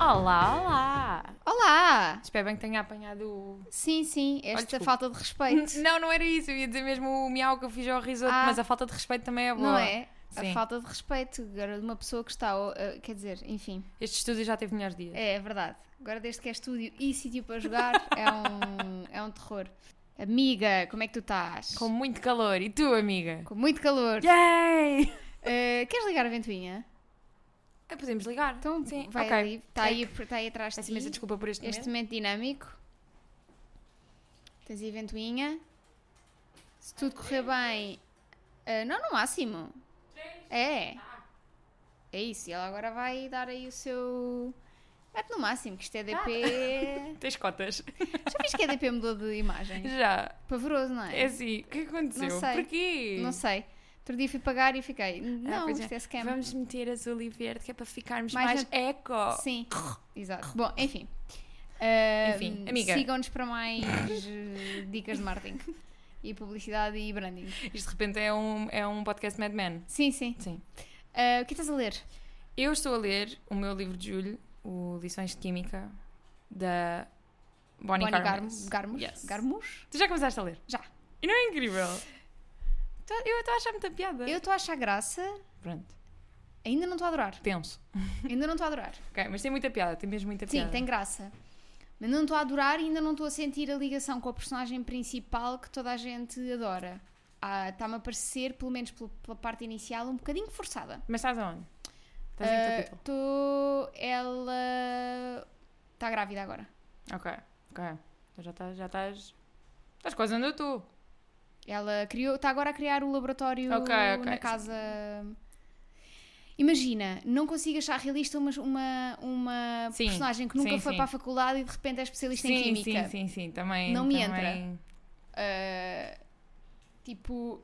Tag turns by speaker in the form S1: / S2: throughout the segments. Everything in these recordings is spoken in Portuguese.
S1: Olá, olá!
S2: Olá!
S1: Espero bem que tenha apanhado o.
S2: Sim, sim, esta
S1: desculpa.
S2: falta de respeito.
S1: Não, não era isso, eu ia dizer mesmo o miau que eu fiz ao risoto,
S2: Ah.
S1: mas a falta de respeito também é boa.
S2: Não é?
S1: Sim.
S2: A falta de respeito agora de uma pessoa que está. uh, quer dizer, enfim,
S1: Este estúdio já teve melhores dias.
S2: é, verdade. Agora, desde que é estúdio e sítio para jogar, é um, é um terror. Amiga, como é que tu estás?
S1: Com muito calor. E tu, amiga?
S2: Com muito calor.
S1: Yay!
S2: Uh, queres ligar a ventoinha?
S1: Ah, podemos ligar.
S2: Então,
S1: Sim,
S2: vai
S1: ok.
S2: ali. Está aí, tá aí atrás de
S1: Peço
S2: ti.
S1: imensa desculpa por este, momento.
S2: Este momento dinâmico. Tens aí a ventoinha. Se tudo correr bem. ah, não, no máximo. É.
S1: Ah.
S2: É isso. E ela agora vai dar aí o seu. Mete no máximo, que isto é DP.
S1: Tens cotas.
S2: Já viste que a DP mudou de imagem?
S1: Já.
S2: Pavoroso, não
S1: É
S2: é?
S1: assim. O que aconteceu?
S2: Não sei.
S1: Porquê?
S2: Não sei. Outro dia fui pagar e fiquei.
S1: Ah,
S2: Não,
S1: pois
S2: isto é scam.
S1: Vamos meter azul e verde que é para ficarmos
S2: Mais um-
S1: mais,
S2: na-
S1: eco.
S2: Sim. Exato. Bom, enfim. Ah,
S1: Enfim, amiga.
S2: Sigam-nos para mais eh, dicas de marketing e publicidade e branding.
S1: Isto de repente é um, é um podcast Mad Men.
S2: Sim, sim.
S1: Sim.
S2: Ah, o que estás a ler?
S1: Eu estou a ler o meu livro de julho, o Lições de Química, da Bonnie, Carmus.
S2: Garm- Garmus?
S1: Yes.
S2: Garmus?
S1: Tu já começaste a ler?
S2: Já.
S1: E não é incrível? Tô- Eu estou a achar muita piada.
S2: Eu estou a achar graça,
S1: Pronto,
S2: ainda não estou a adorar.
S1: penso.
S2: Ainda não estou a adorar.
S1: Ok, mas tem muita piada, tem mesmo muita
S2: Sim,
S1: piada.
S2: tem graça. Mas não estou a adorar e ainda não estou a sentir a ligação com a personagem principal que toda a gente adora. Ah, Está-me a parecer, pelo menos pela pela parte inicial, um bocadinho forçada.
S1: Mas estás aonde? Estás em
S2: Ah,
S1: que capítulo?
S2: Estou. Eh, Ela. Está grávida agora.
S1: Ok, ok. Então já estás, já estás... Estás quase onde eu estou.
S2: Ela criou, está agora a criar o laboratório
S1: Ok, ok,
S2: na
S1: sim.
S2: casa. Imagina, não consigo achar realista uma, uma, uma
S1: Sim,
S2: personagem que nunca
S1: sim,
S2: foi
S1: sim.
S2: para a faculdade e de repente é especialista em
S1: Sim,
S2: química.
S1: sim, sim, sim, também...
S2: Não me
S1: também...
S2: Ah, tipo,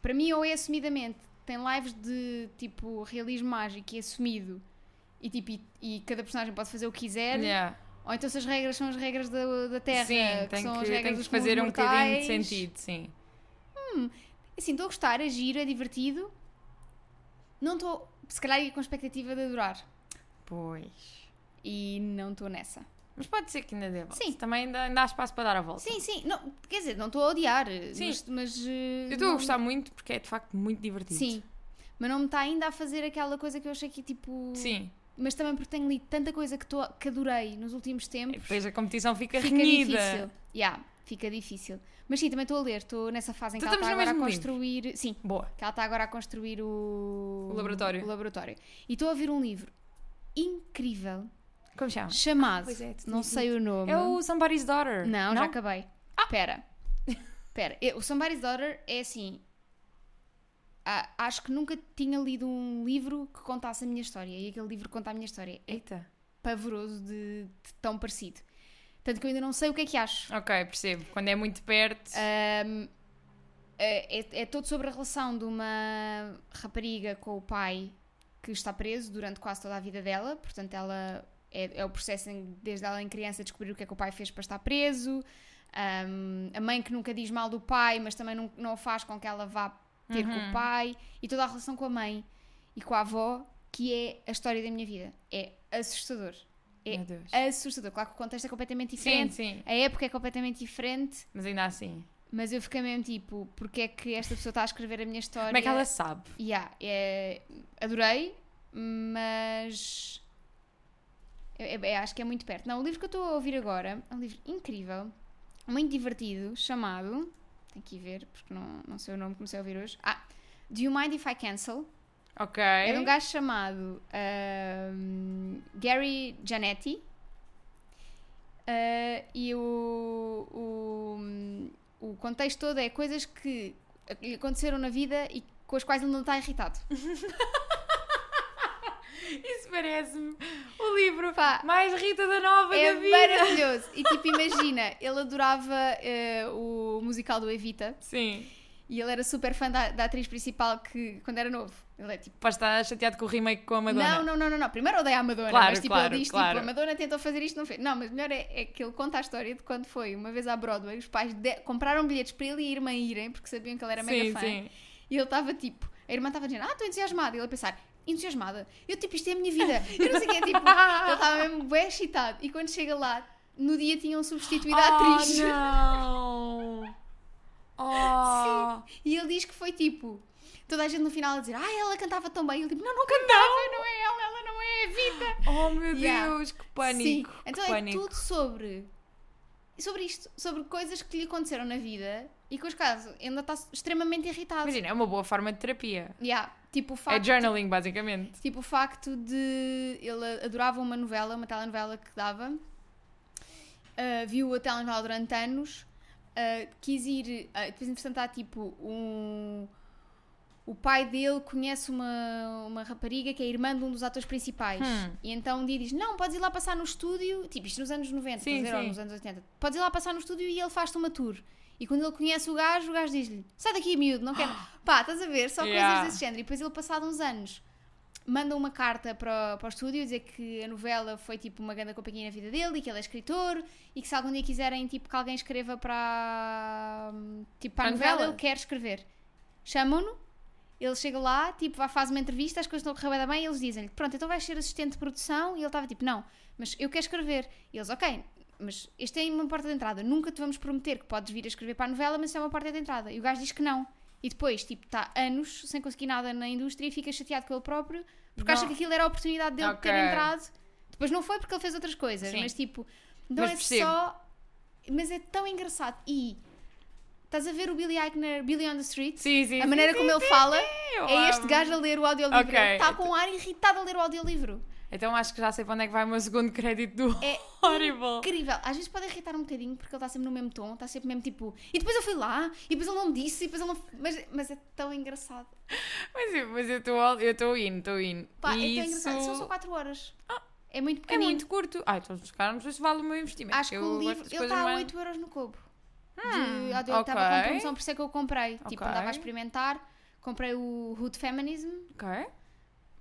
S2: para mim, ou é assumidamente, tem lives de tipo realismo mágico e assumido, e, tipo, e, e cada personagem pode fazer o que quiser,
S1: Yeah.
S2: ou então se as regras são as regras da, da Terra,
S1: sim,
S2: que
S1: tem
S2: são
S1: que,
S2: as regras
S1: tem que
S2: dos comuns
S1: fazer um bocadinho de
S2: mortais.
S1: sentido, sim.
S2: Assim, estou a gostar, é giro, é divertido. Não estou, se calhar, ia com expectativa de adorar.
S1: Pois...
S2: E não estou nessa.
S1: Mas pode ser que ainda dê a volta.
S2: Sim.
S1: Também ainda, ainda há espaço para dar a volta.
S2: Sim, sim, não, quer dizer, não estou a odiar.
S1: Sim.
S2: Mas, mas, eh,
S1: Eu estou a
S2: não-
S1: gostar muito porque é de facto muito divertido.
S2: Sim. Mas não me está ainda a fazer aquela coisa que eu achei que tipo.
S1: Sim.
S2: Mas também porque tenho lido tanta coisa que, tô, que adorei nos últimos
S1: E
S2: tempos.
S1: depois a competição fica,
S2: Fica
S1: renhida.
S2: difícil. Yeah, fica difícil. Mas sim, também estou a ler, estou nessa fase em que
S1: Então
S2: ela está
S1: estamos no
S2: agora a
S1: mesmo
S2: construir. Sim.
S1: Boa.
S2: que ela está agora a construir o,
S1: O laboratório.
S2: o laboratório. E estou a ouvir um livro incrível
S1: Como chama?
S2: chamado,
S1: pois é, tu
S2: não
S1: tinhas
S2: sei o nome.
S1: É o Ah! Somebody's Daughter.
S2: Não, já acabei. Espera. Espera. Eu- O Somebody's Daughter é assim. a- acho que nunca tinha lido um livro que contasse a minha história. E aquele livro que conta a minha história. É
S1: Eita.
S2: pavoroso de, de tão parecido. Tanto que eu ainda não sei o que é que acho.
S1: Ok, percebo. Quando é muito perto.
S2: Ahm, é, é- é todo sobre a relação de uma rapariga com o pai que está preso durante quase toda a vida dela. Portanto, ela é, é o processo em- desde ela em criança descobrir o que é que o pai fez para estar preso. Ahm, a mãe que nunca diz mal do pai, mas também não, não faz com que ela vá ter com o pai. E toda a relação com a mãe e com a avó, que é a história da minha vida. É assustador. É
S1: Meu Deus.
S2: assustador. Claro que o contexto é
S1: Sim,
S2: completamente diferente.
S1: sim.
S2: A época é completamente diferente.
S1: Mas ainda assim.
S2: Mas eu fiquei mesmo tipo, porque é que esta pessoa está a escrever a minha história?
S1: Como é que ela sabe?
S2: Yeah, é- Adorei, mas. eu- eu- eu acho que é muito perto. Não, o livro que eu estou a ouvir agora é um livro incrível, muito divertido, chamado. Tenho que ir ver, porque não, não sei o nome, comecei a ouvir hoje. Ah, Do You Mind If I Cancel?
S1: Ok.
S2: É de um gajo chamado ahm, Gary Janetti. Ah, e o, o, o contexto todo é coisas que lhe aconteceram na vida e com as quais ele não está irritado.
S1: Isso parece-me o livro
S2: Pá.
S1: mais Rita da Nova
S2: é
S1: da vida.
S2: maravilhoso! E tipo, imagina, ele adorava eh, o musical do Evita
S1: Sim.
S2: e ele era super fã da, da atriz principal que quando era novo. Ele é tipo.
S1: Pode estar chateado com o remake com a Madonna.
S2: Não, não, não, não, não. Primeiro odeia a Madonna,
S1: Claro,
S2: mas tipo,
S1: claro,
S2: ele diz
S1: claro.
S2: tipo, a Madonna tentou fazer isto, não fez. Não, mas melhor é, é que ele conta a história de quando foi uma vez à Broadway, os pais de- compraram bilhetes para ele e a irmã irem, porque sabiam que ele era mega
S1: sim,
S2: fã.
S1: sim.
S2: E ele estava tipo, a irmã estava dizendo, ah, estou entusiasmada. E ele a pensar, entusiasmada. Eu, tipo, isto é a minha vida. Eu não sei o que é, tipo, eu estava mesmo bem excitado. E quando chega lá, no dia tinham substituído a atriz.
S1: Oh, não! Oh!
S2: E ele diz que foi tipo. Toda a gente no final a dizer, ah, ela cantava tão bem. Ele tipo, não, não cantava, não é ela, ela não é a vida.
S1: Oh, meu
S2: Yeah.
S1: Deus, que pânico!
S2: Sim.
S1: que
S2: Então é
S1: pânico.
S2: tudo sobre sobre isto, sobre coisas que lhe aconteceram na vida e com os casos ainda está extremamente irritado.
S1: Imagina, é uma boa forma de terapia.
S2: Yeah, tipo o
S1: É
S2: facto,
S1: journaling, basicamente.
S2: tipo o facto de ele adorava uma novela, uma telenovela que dava. ah, viu a telenovela durante anos, ah, quis ir, ah, depois entretanto há tipo um o pai dele conhece uma, uma rapariga que é irmã de um dos atores principais.
S1: Hum.
S2: E então um dia diz: Não, podes ir lá passar no estúdio. Tipo, isto nos anos 90,
S1: Sim,
S2: estás a ver, ou
S1: sim.
S2: nos anos 80. Podes ir lá passar no estúdio e ele faz-te uma tour. E quando ele conhece o gajo, o gajo diz-lhe: Sai daqui, miúdo, não quero. Pá, estás a ver? Só
S1: Yeah.
S2: coisas desse género. E depois ele, passado uns anos, manda uma carta para, o- para o estúdio dizer que a novela foi tipo uma grande companhia na vida dele e que ele é escritor e que se algum dia quiserem tipo, que alguém escreva para, hum, tipo,
S1: Para
S2: para a
S1: a
S2: novela,
S1: novela.
S2: ele quer escrever. Chamam-no, ele chega lá, tipo, vai- faz uma entrevista, as coisas estão a correr bem, e eles dizem-lhe: Pronto, então vais ser assistente de produção. E ele estava tipo: Não, mas eu quero escrever. E eles: Ok, mas isto é uma porta de entrada. Nunca te vamos prometer que podes vir a escrever para a novela, mas isto é uma porta de entrada. E o gajo diz que não. E depois, tipo, está anos sem conseguir nada na indústria e fica chateado com ele próprio porque acha
S1: Não.
S2: que aquilo era a oportunidade dele de ter
S1: Ok.
S2: entrado. Depois não foi porque ele fez outras coisas,
S1: Sim.
S2: mas tipo, não
S1: Mas
S2: é
S1: percebo.
S2: só. Mas é tão engraçado. E estás a ver o Billy Eichner, Billy on the Street?
S1: Sim, sim.
S2: A maneira como ele fala é este gajo a
S1: ali.
S2: ler o audiolivro.
S1: Ok.
S2: Ele Está com um ar irritado a ler o audiolivro.
S1: Então acho que já sei para onde é que vai o meu segundo crédito do
S2: É
S1: Horrible.
S2: Incrível. Às vezes pode irritar um bocadinho porque ele está sempre no mesmo tom, está sempre mesmo tipo. E depois eu fui lá, e depois ele não me disse, e depois ele não. Mas, mas é tão engraçado.
S1: Mas, eu- mas eu estou all- eu estou in, estou in.
S2: Pá, é tão
S1: Isso
S2: engraçado. São só 4 horas. é
S1: é
S2: muito pequenino.
S1: muito curto. Ah, então se calhar não sei se vale o meu investimento.
S2: Acho que
S1: eu
S2: o
S1: gosto
S2: livro.
S1: das
S2: Ele
S1: coisas
S2: está a
S1: mais- Hum,
S2: 8 euros no cubo. de, ah, eu estava
S1: ok.
S2: com promoção, por isso é que eu comprei. Tipo,
S1: Ok.
S2: andava a experimentar. Comprei o Hood Feminism.
S1: Ok.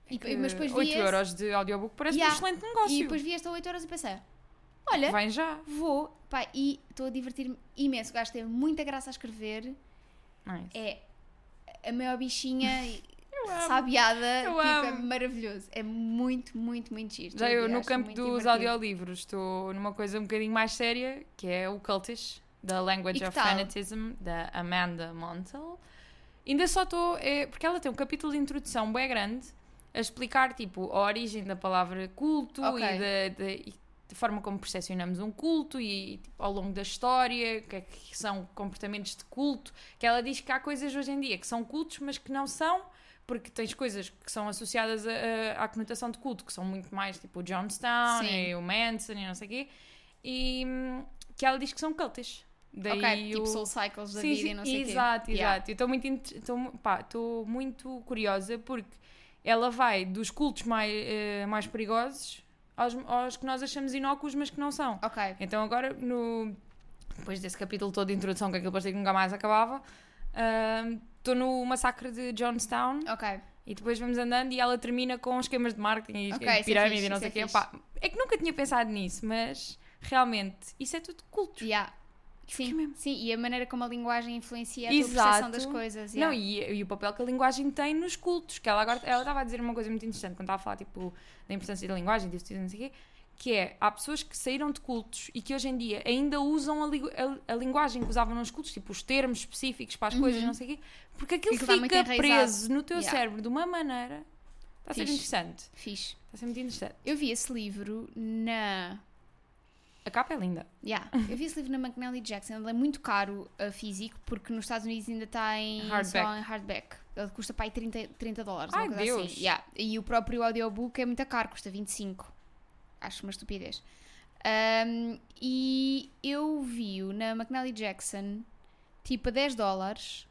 S2: E, mas depois vi
S1: 8
S2: esse,
S1: euros de audiobook parece
S2: Yeah.
S1: um excelente negócio.
S2: E depois vi este a 8 horas e pensei: olha,
S1: Vem já.
S2: vou. Pá, e estou a divertir-me imenso. O gajo teve muita graça a escrever.
S1: Nice.
S2: É a maior bichinha e-
S1: amo.
S2: sabiada.
S1: Eu
S2: tipo, é
S1: amo.
S2: maravilhoso. É muito, muito, muito giro.
S1: Já
S2: Estou a
S1: eu,
S2: ver,
S1: no
S2: acho
S1: campo
S2: muito
S1: dos
S2: divertido.
S1: audiolivros, estou numa coisa um bocadinho mais séria, que é o Cultish, da Language
S2: E que
S1: of
S2: tal?
S1: Fanatism, da Amanda Montel. Ainda só estou. É, porque ela tem um capítulo de introdução bem grande a explicar, tipo, a origem da palavra culto
S2: Ok.
S1: e da- da e da forma como percepcionamos um culto e, tipo, ao longo da história, o que é que são comportamentos de culto. Que ela diz que há coisas hoje em dia que são cultos, mas que não são porque tens coisas que são associadas a- a- à conotação de culto, que são muito mais tipo o Johnstown
S2: Sim.
S1: e o Manson e não sei o quê, e hum, que ela diz que são cultas. Daí o-
S2: Ok, tipo Soul Cycles da
S1: Sim,
S2: vida e
S1: sim,
S2: não sei o quê.
S1: Exato,
S2: Yeah.
S1: exato. Eu estou muito, inte- estou mu- pá, estou muito curiosa porque ela vai dos cultos mais, eh, mais perigosos aos, aos que nós achamos inócuos, mas que não são.
S2: Ok.
S1: Então agora, no... depois desse capítulo todo de introdução, que aquilo parecia que nunca mais acabava, ahm, estou no massacre de Johnstown
S2: Ok.
S1: e depois vamos andando e ela termina com esquemas de marketing e
S2: Ok, isso é
S1: pirâmide
S2: fixe,
S1: e não
S2: isso
S1: sei
S2: é
S1: o quê.
S2: fixe.
S1: Pá, é que nunca tinha pensado nisso, mas realmente, isso é tudo culto.
S2: Yeah. Sim,
S1: é mesmo.
S2: sim, e a maneira como a linguagem influencia a tua
S1: Exato.
S2: percepção das coisas.
S1: Não,
S2: yeah.
S1: e, e o papel que a linguagem tem nos cultos, que ela agora ela estava a dizer uma coisa muito interessante quando estava a falar tipo, da importância da linguagem, disso, tudo, não sei o quê, que é há pessoas que saíram de cultos e que hoje em dia ainda usam a, li- a- a linguagem que usavam nos cultos, tipo os termos específicos para as coisas, não sei o quê, porque aquilo
S2: Aquilo Uhum. está muito
S1: fica
S2: enraizado.
S1: preso no teu
S2: Yeah.
S1: cérebro de uma maneira. Está a ser
S2: Fixe.
S1: interessante.
S2: Fixe.
S1: Está a ser muito interessante.
S2: Eu vi esse livro na.
S1: A capa é linda.
S2: Yeah. Eu vi esse livro na McNally Jackson. Ele é muito caro a físico porque nos Estados Unidos ainda está em
S1: Hardback.
S2: só em hardback. Ele custa para aí 30, 30 dólares.
S1: Ai,
S2: uma coisa
S1: Deus.
S2: Assim. Yeah. E o próprio audiobook é muito caro, custa 25. Acho uma estupidez. Um, e eu vi-o na McNally Jackson tipo a 10 dólares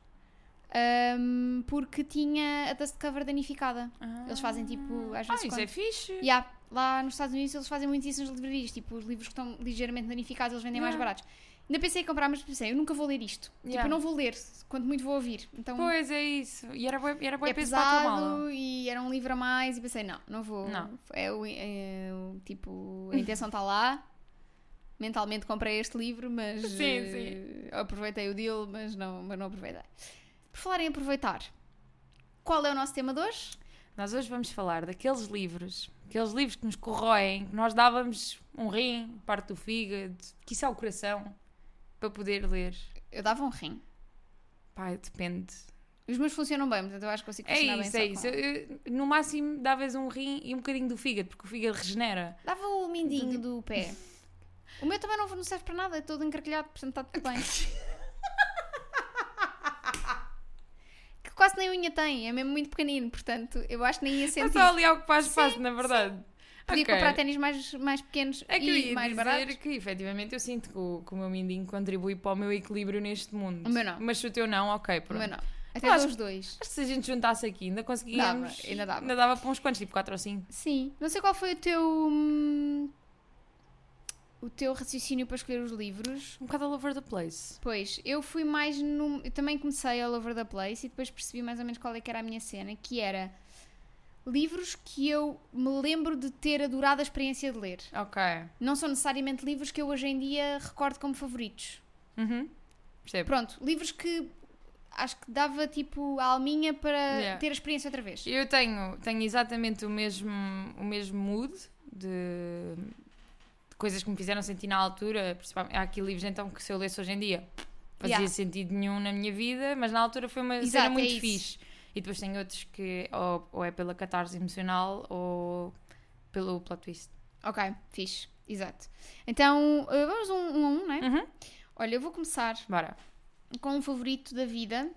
S2: um, porque tinha a dustcover danificada. Eles fazem tipo, às vezes.
S1: Ah, isso
S2: quando-
S1: é fixe.
S2: Yeah, lá nos Estados Unidos eles fazem muito isso nas livrarias. Tipo, os livros que estão ligeiramente danificados eles vendem mais
S1: Yeah.
S2: baratos. Ainda pensei em comprar, mas pensei, eu nunca vou ler isto. Tipo,
S1: Yeah.
S2: eu não vou ler, quanto muito vou ouvir. Então
S1: Pois é isso. E era bem, era bem
S2: é
S1: peso para a tua mala.
S2: pesado e era um livro a mais. E pensei, não, não vou.
S1: Não.
S2: É o, é o- tipo, a intenção está lá. Mentalmente comprei este livro, mas
S1: Sim,
S2: eh, aproveitei o deal, mas não, mas não aproveitei. Por falar em aproveitar, qual é o nosso tema de hoje?
S1: Nós hoje vamos falar daqueles livros, aqueles livros que nos corroem, que nós dávamos um rim, parte do fígado, que isso é o coração, para poder ler.
S2: Eu dava um rim.
S1: Pá, depende.
S2: Os meus funcionam bem, portanto eu acho que consigo
S1: É
S2: funcionar bem
S1: isso,
S2: só
S1: é
S2: com
S1: isso.
S2: ela.
S1: Eu- eu- no máximo, davas um rim e um bocadinho do fígado, porque o fígado regenera.
S2: Dava o
S1: tipo
S2: mindinho do pé. O meu também não não serve para nada, é todo encarquilhado, portanto está tudo bem. que quase nem unha tem, é mesmo muito pequenino, portanto eu acho que nem ia
S1: É
S2: sentir.
S1: só ali algo que faz espaço, na verdade.
S2: Podia
S1: Ok.
S2: comprar ténis mais, mais pequenos
S1: É que eu
S2: e
S1: ia
S2: mais
S1: dizer
S2: baratos.
S1: que efetivamente eu sinto que o, que o meu mindinho contribui para o meu equilíbrio neste mundo.
S2: O meu não.
S1: Mas se o teu não, ok,
S2: O
S1: pronto.
S2: meu não. Até
S1: Eu acho
S2: dou os dois.
S1: Acho que se a gente juntasse aqui, ainda conseguíamos.
S2: Dava, ainda dava.
S1: para uns quantos, tipo 4 ou 5.
S2: Sim. Não sei qual foi o teu. hum, o teu raciocínio para escolher os livros.
S1: Um bocado all over the place.
S2: Pois, eu fui mais no. Eu também comecei all over the place e depois percebi mais ou menos qual é que era a minha cena, que era livros que eu me lembro de ter adorado a experiência de ler.
S1: Ok.
S2: Não são necessariamente livros que eu hoje em dia recordo como favoritos.
S1: Uhum. Percebo.
S2: Pronto, livros que acho que dava tipo a alminha para
S1: Yeah.
S2: ter a experiência outra vez.
S1: Eu tenho, tenho exatamente o mesmo, o mesmo mood de, de coisas que me fizeram sentir na altura. Principalmente, há aqui livros então que se eu lesse hoje em dia fazia
S2: Yeah.
S1: sentido nenhum na minha vida, mas na altura foi uma
S2: Exato,
S1: cena
S2: é
S1: muito
S2: isso.
S1: fixe. E depois tem outros que ou, ou é pela catarse emocional ou pelo plot twist.
S2: Ok, fixe, exato. Então uh, vamos um, um a um, né?
S1: Uhum.
S2: Olha, eu vou começar
S1: Bora.
S2: com um favorito da vida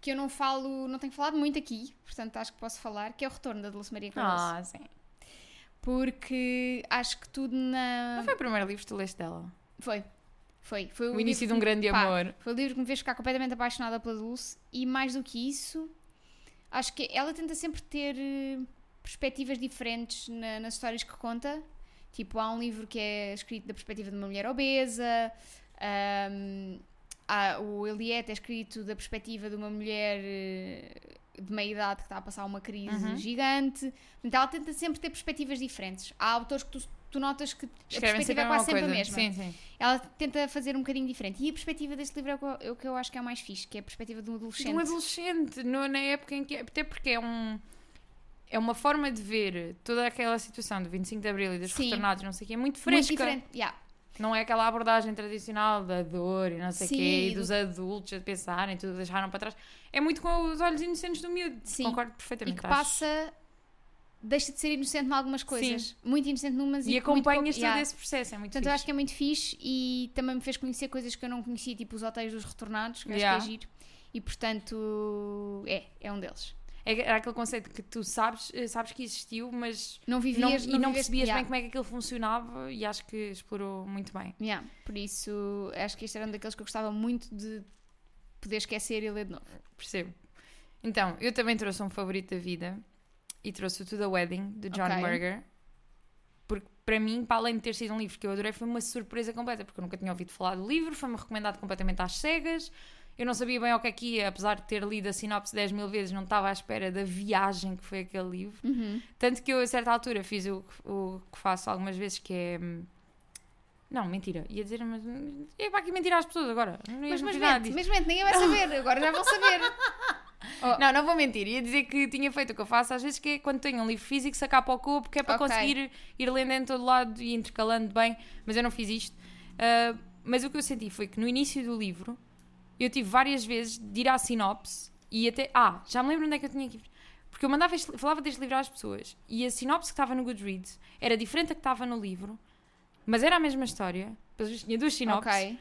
S2: que eu não falo, não tenho falado muito aqui, portanto acho que posso falar, que é o retorno da Dulce Maria Cardoso.
S1: Ah, sim.
S2: Porque acho que tudo na.
S1: Não foi o primeiro livro que tu leste dela?
S2: Foi. Foi. Foi
S1: O,
S2: livro
S1: início de
S2: que
S1: um
S2: me-
S1: grande
S2: pá,
S1: amor.
S2: Foi o livro que me fez ficar completamente apaixonada pela Dulce e mais do que isso, acho que ela tenta sempre ter eh, perspectivas diferentes na- nas histórias que conta. Tipo, há um livro que é escrito da perspectiva de uma mulher obesa, ahm, há- o Eliette é escrito da perspectiva de uma mulher eh, de meia idade que está a passar uma crise
S1: Uhum.
S2: gigante. Então ela tenta sempre ter perspectivas diferentes. Há autores que tu, tu notas que a
S1: Escrevem
S2: perspectiva
S1: sempre
S2: é
S1: a mesma
S2: quase sempre
S1: coisa.
S2: a mesma
S1: Sim, sim.
S2: ela tenta fazer um bocadinho diferente. E a perspectiva deste livro é o que eu- é o que eu acho que é mais fixe, que é a perspectiva de um adolescente.
S1: De um adolescente, no- na época em que. Até porque é um. É uma forma de ver toda aquela situação do 25 de Abril e dos
S2: Sim.
S1: retornados, não sei o quê, muito
S2: Muito
S1: fresca.
S2: diferente. Yeah.
S1: não é aquela abordagem tradicional da dor e não sei o quê,
S2: Sim,
S1: e dos
S2: do-
S1: adultos a pensarem tudo, deixaram para trás. É muito com os olhos inocentes do miúdo.
S2: Sim.
S1: Concordo
S2: E
S1: perfeitamente.
S2: que
S1: acho.
S2: passa. Deixa de ser inocente em algumas coisas. Muito inocente numas
S1: E
S2: e muito pouco-
S1: acompanhas todo
S2: yeah.
S1: esse processo, é muito
S2: Portanto, eu acho
S1: fixe.
S2: que é muito fixe e também me fez conhecer coisas que eu não conhecia, tipo os hotéis dos retornados, que eu
S1: Yeah.
S2: acho que é giro. E portanto, é, é um deles.
S1: É era aquele conceito que tu sabes, eh, sabes que existiu, mas
S2: Não
S1: não-
S2: vivias
S1: e não
S2: viveste-
S1: percebias
S2: yeah.
S1: bem como é que aquilo funcionava e acho que explorou muito bem.
S2: Yeah, Por isso, acho que este era um daqueles que eu gostava muito de poder esquecer e ler de novo.
S1: Percebo. Então, eu também trouxe um favorito da vida e trouxe o To The Wedding, de John
S2: Ok.
S1: Berger. Porque, para mim, para além de ter sido um livro que eu adorei, foi uma surpresa completa, porque eu nunca tinha ouvido falar do livro, foi-me recomendado completamente às cegas. Eu não sabia bem o que é que ia, apesar de ter lido a sinopse 10 mil vezes, não estava à espera da viagem que foi aquele livro.
S2: Uhum.
S1: Tanto que eu, a certa altura, fiz o, o que faço algumas vezes, que é. hum, Não, mentira. Ia dizer, mas. hum, É para aqui mentir às pessoas agora. Não ia
S2: Mas, mas
S1: dizer nada
S2: mente,
S1: disso.
S2: mas mente, ninguém vai saber, agora já vão saber. Oh.
S1: Não, não vou mentir. Ia dizer que tinha feito o que eu faço às vezes, que é quando tenho um livro físico, sacar para o corpo, que é para
S2: Ok.
S1: conseguir ir lendo em todo lado e intercalando bem. Mas eu não fiz isto. Ah, mas o que eu senti foi que no início do livro, eu tive várias vezes de ir à sinopse e até. Ah, já me lembro onde é que eu tinha que ir. Porque eu mandava este- falava deste livro às pessoas e a sinopse que estava no Goodreads era diferente da que estava no livro, mas era a mesma história. Depois eu tinha duas sinopses.
S2: Ok.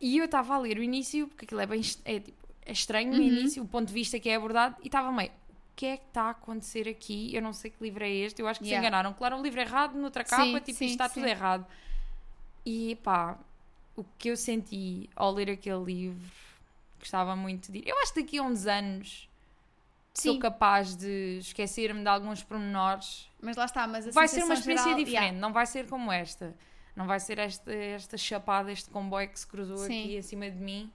S1: E eu estava a ler o início, porque aquilo é bem est- é, tipo, é estranho o
S2: Uhum.
S1: início, o ponto de vista que é abordado, e estava meio, o que é que está a acontecer aqui? Eu não sei que livro é este, eu acho que se
S2: Yeah.
S1: enganaram. Claro, um livro errado, noutra capa,
S2: Sim,
S1: tipo,
S2: sim,
S1: isto está
S2: sim.
S1: tudo errado. E pá, o que eu senti ao ler aquele livro, gostava muito de. Eu acho que daqui a uns anos sou
S2: Sim,
S1: capaz de esquecer-me de alguns pormenores
S2: mas lá está, mas a
S1: vai ser uma
S2: sensação
S1: experiência
S2: geral-
S1: diferente,
S2: yeah.
S1: não vai ser como esta. Não vai ser esta, esta chapada, este comboio que se cruzou
S2: Sim.
S1: aqui acima de mim.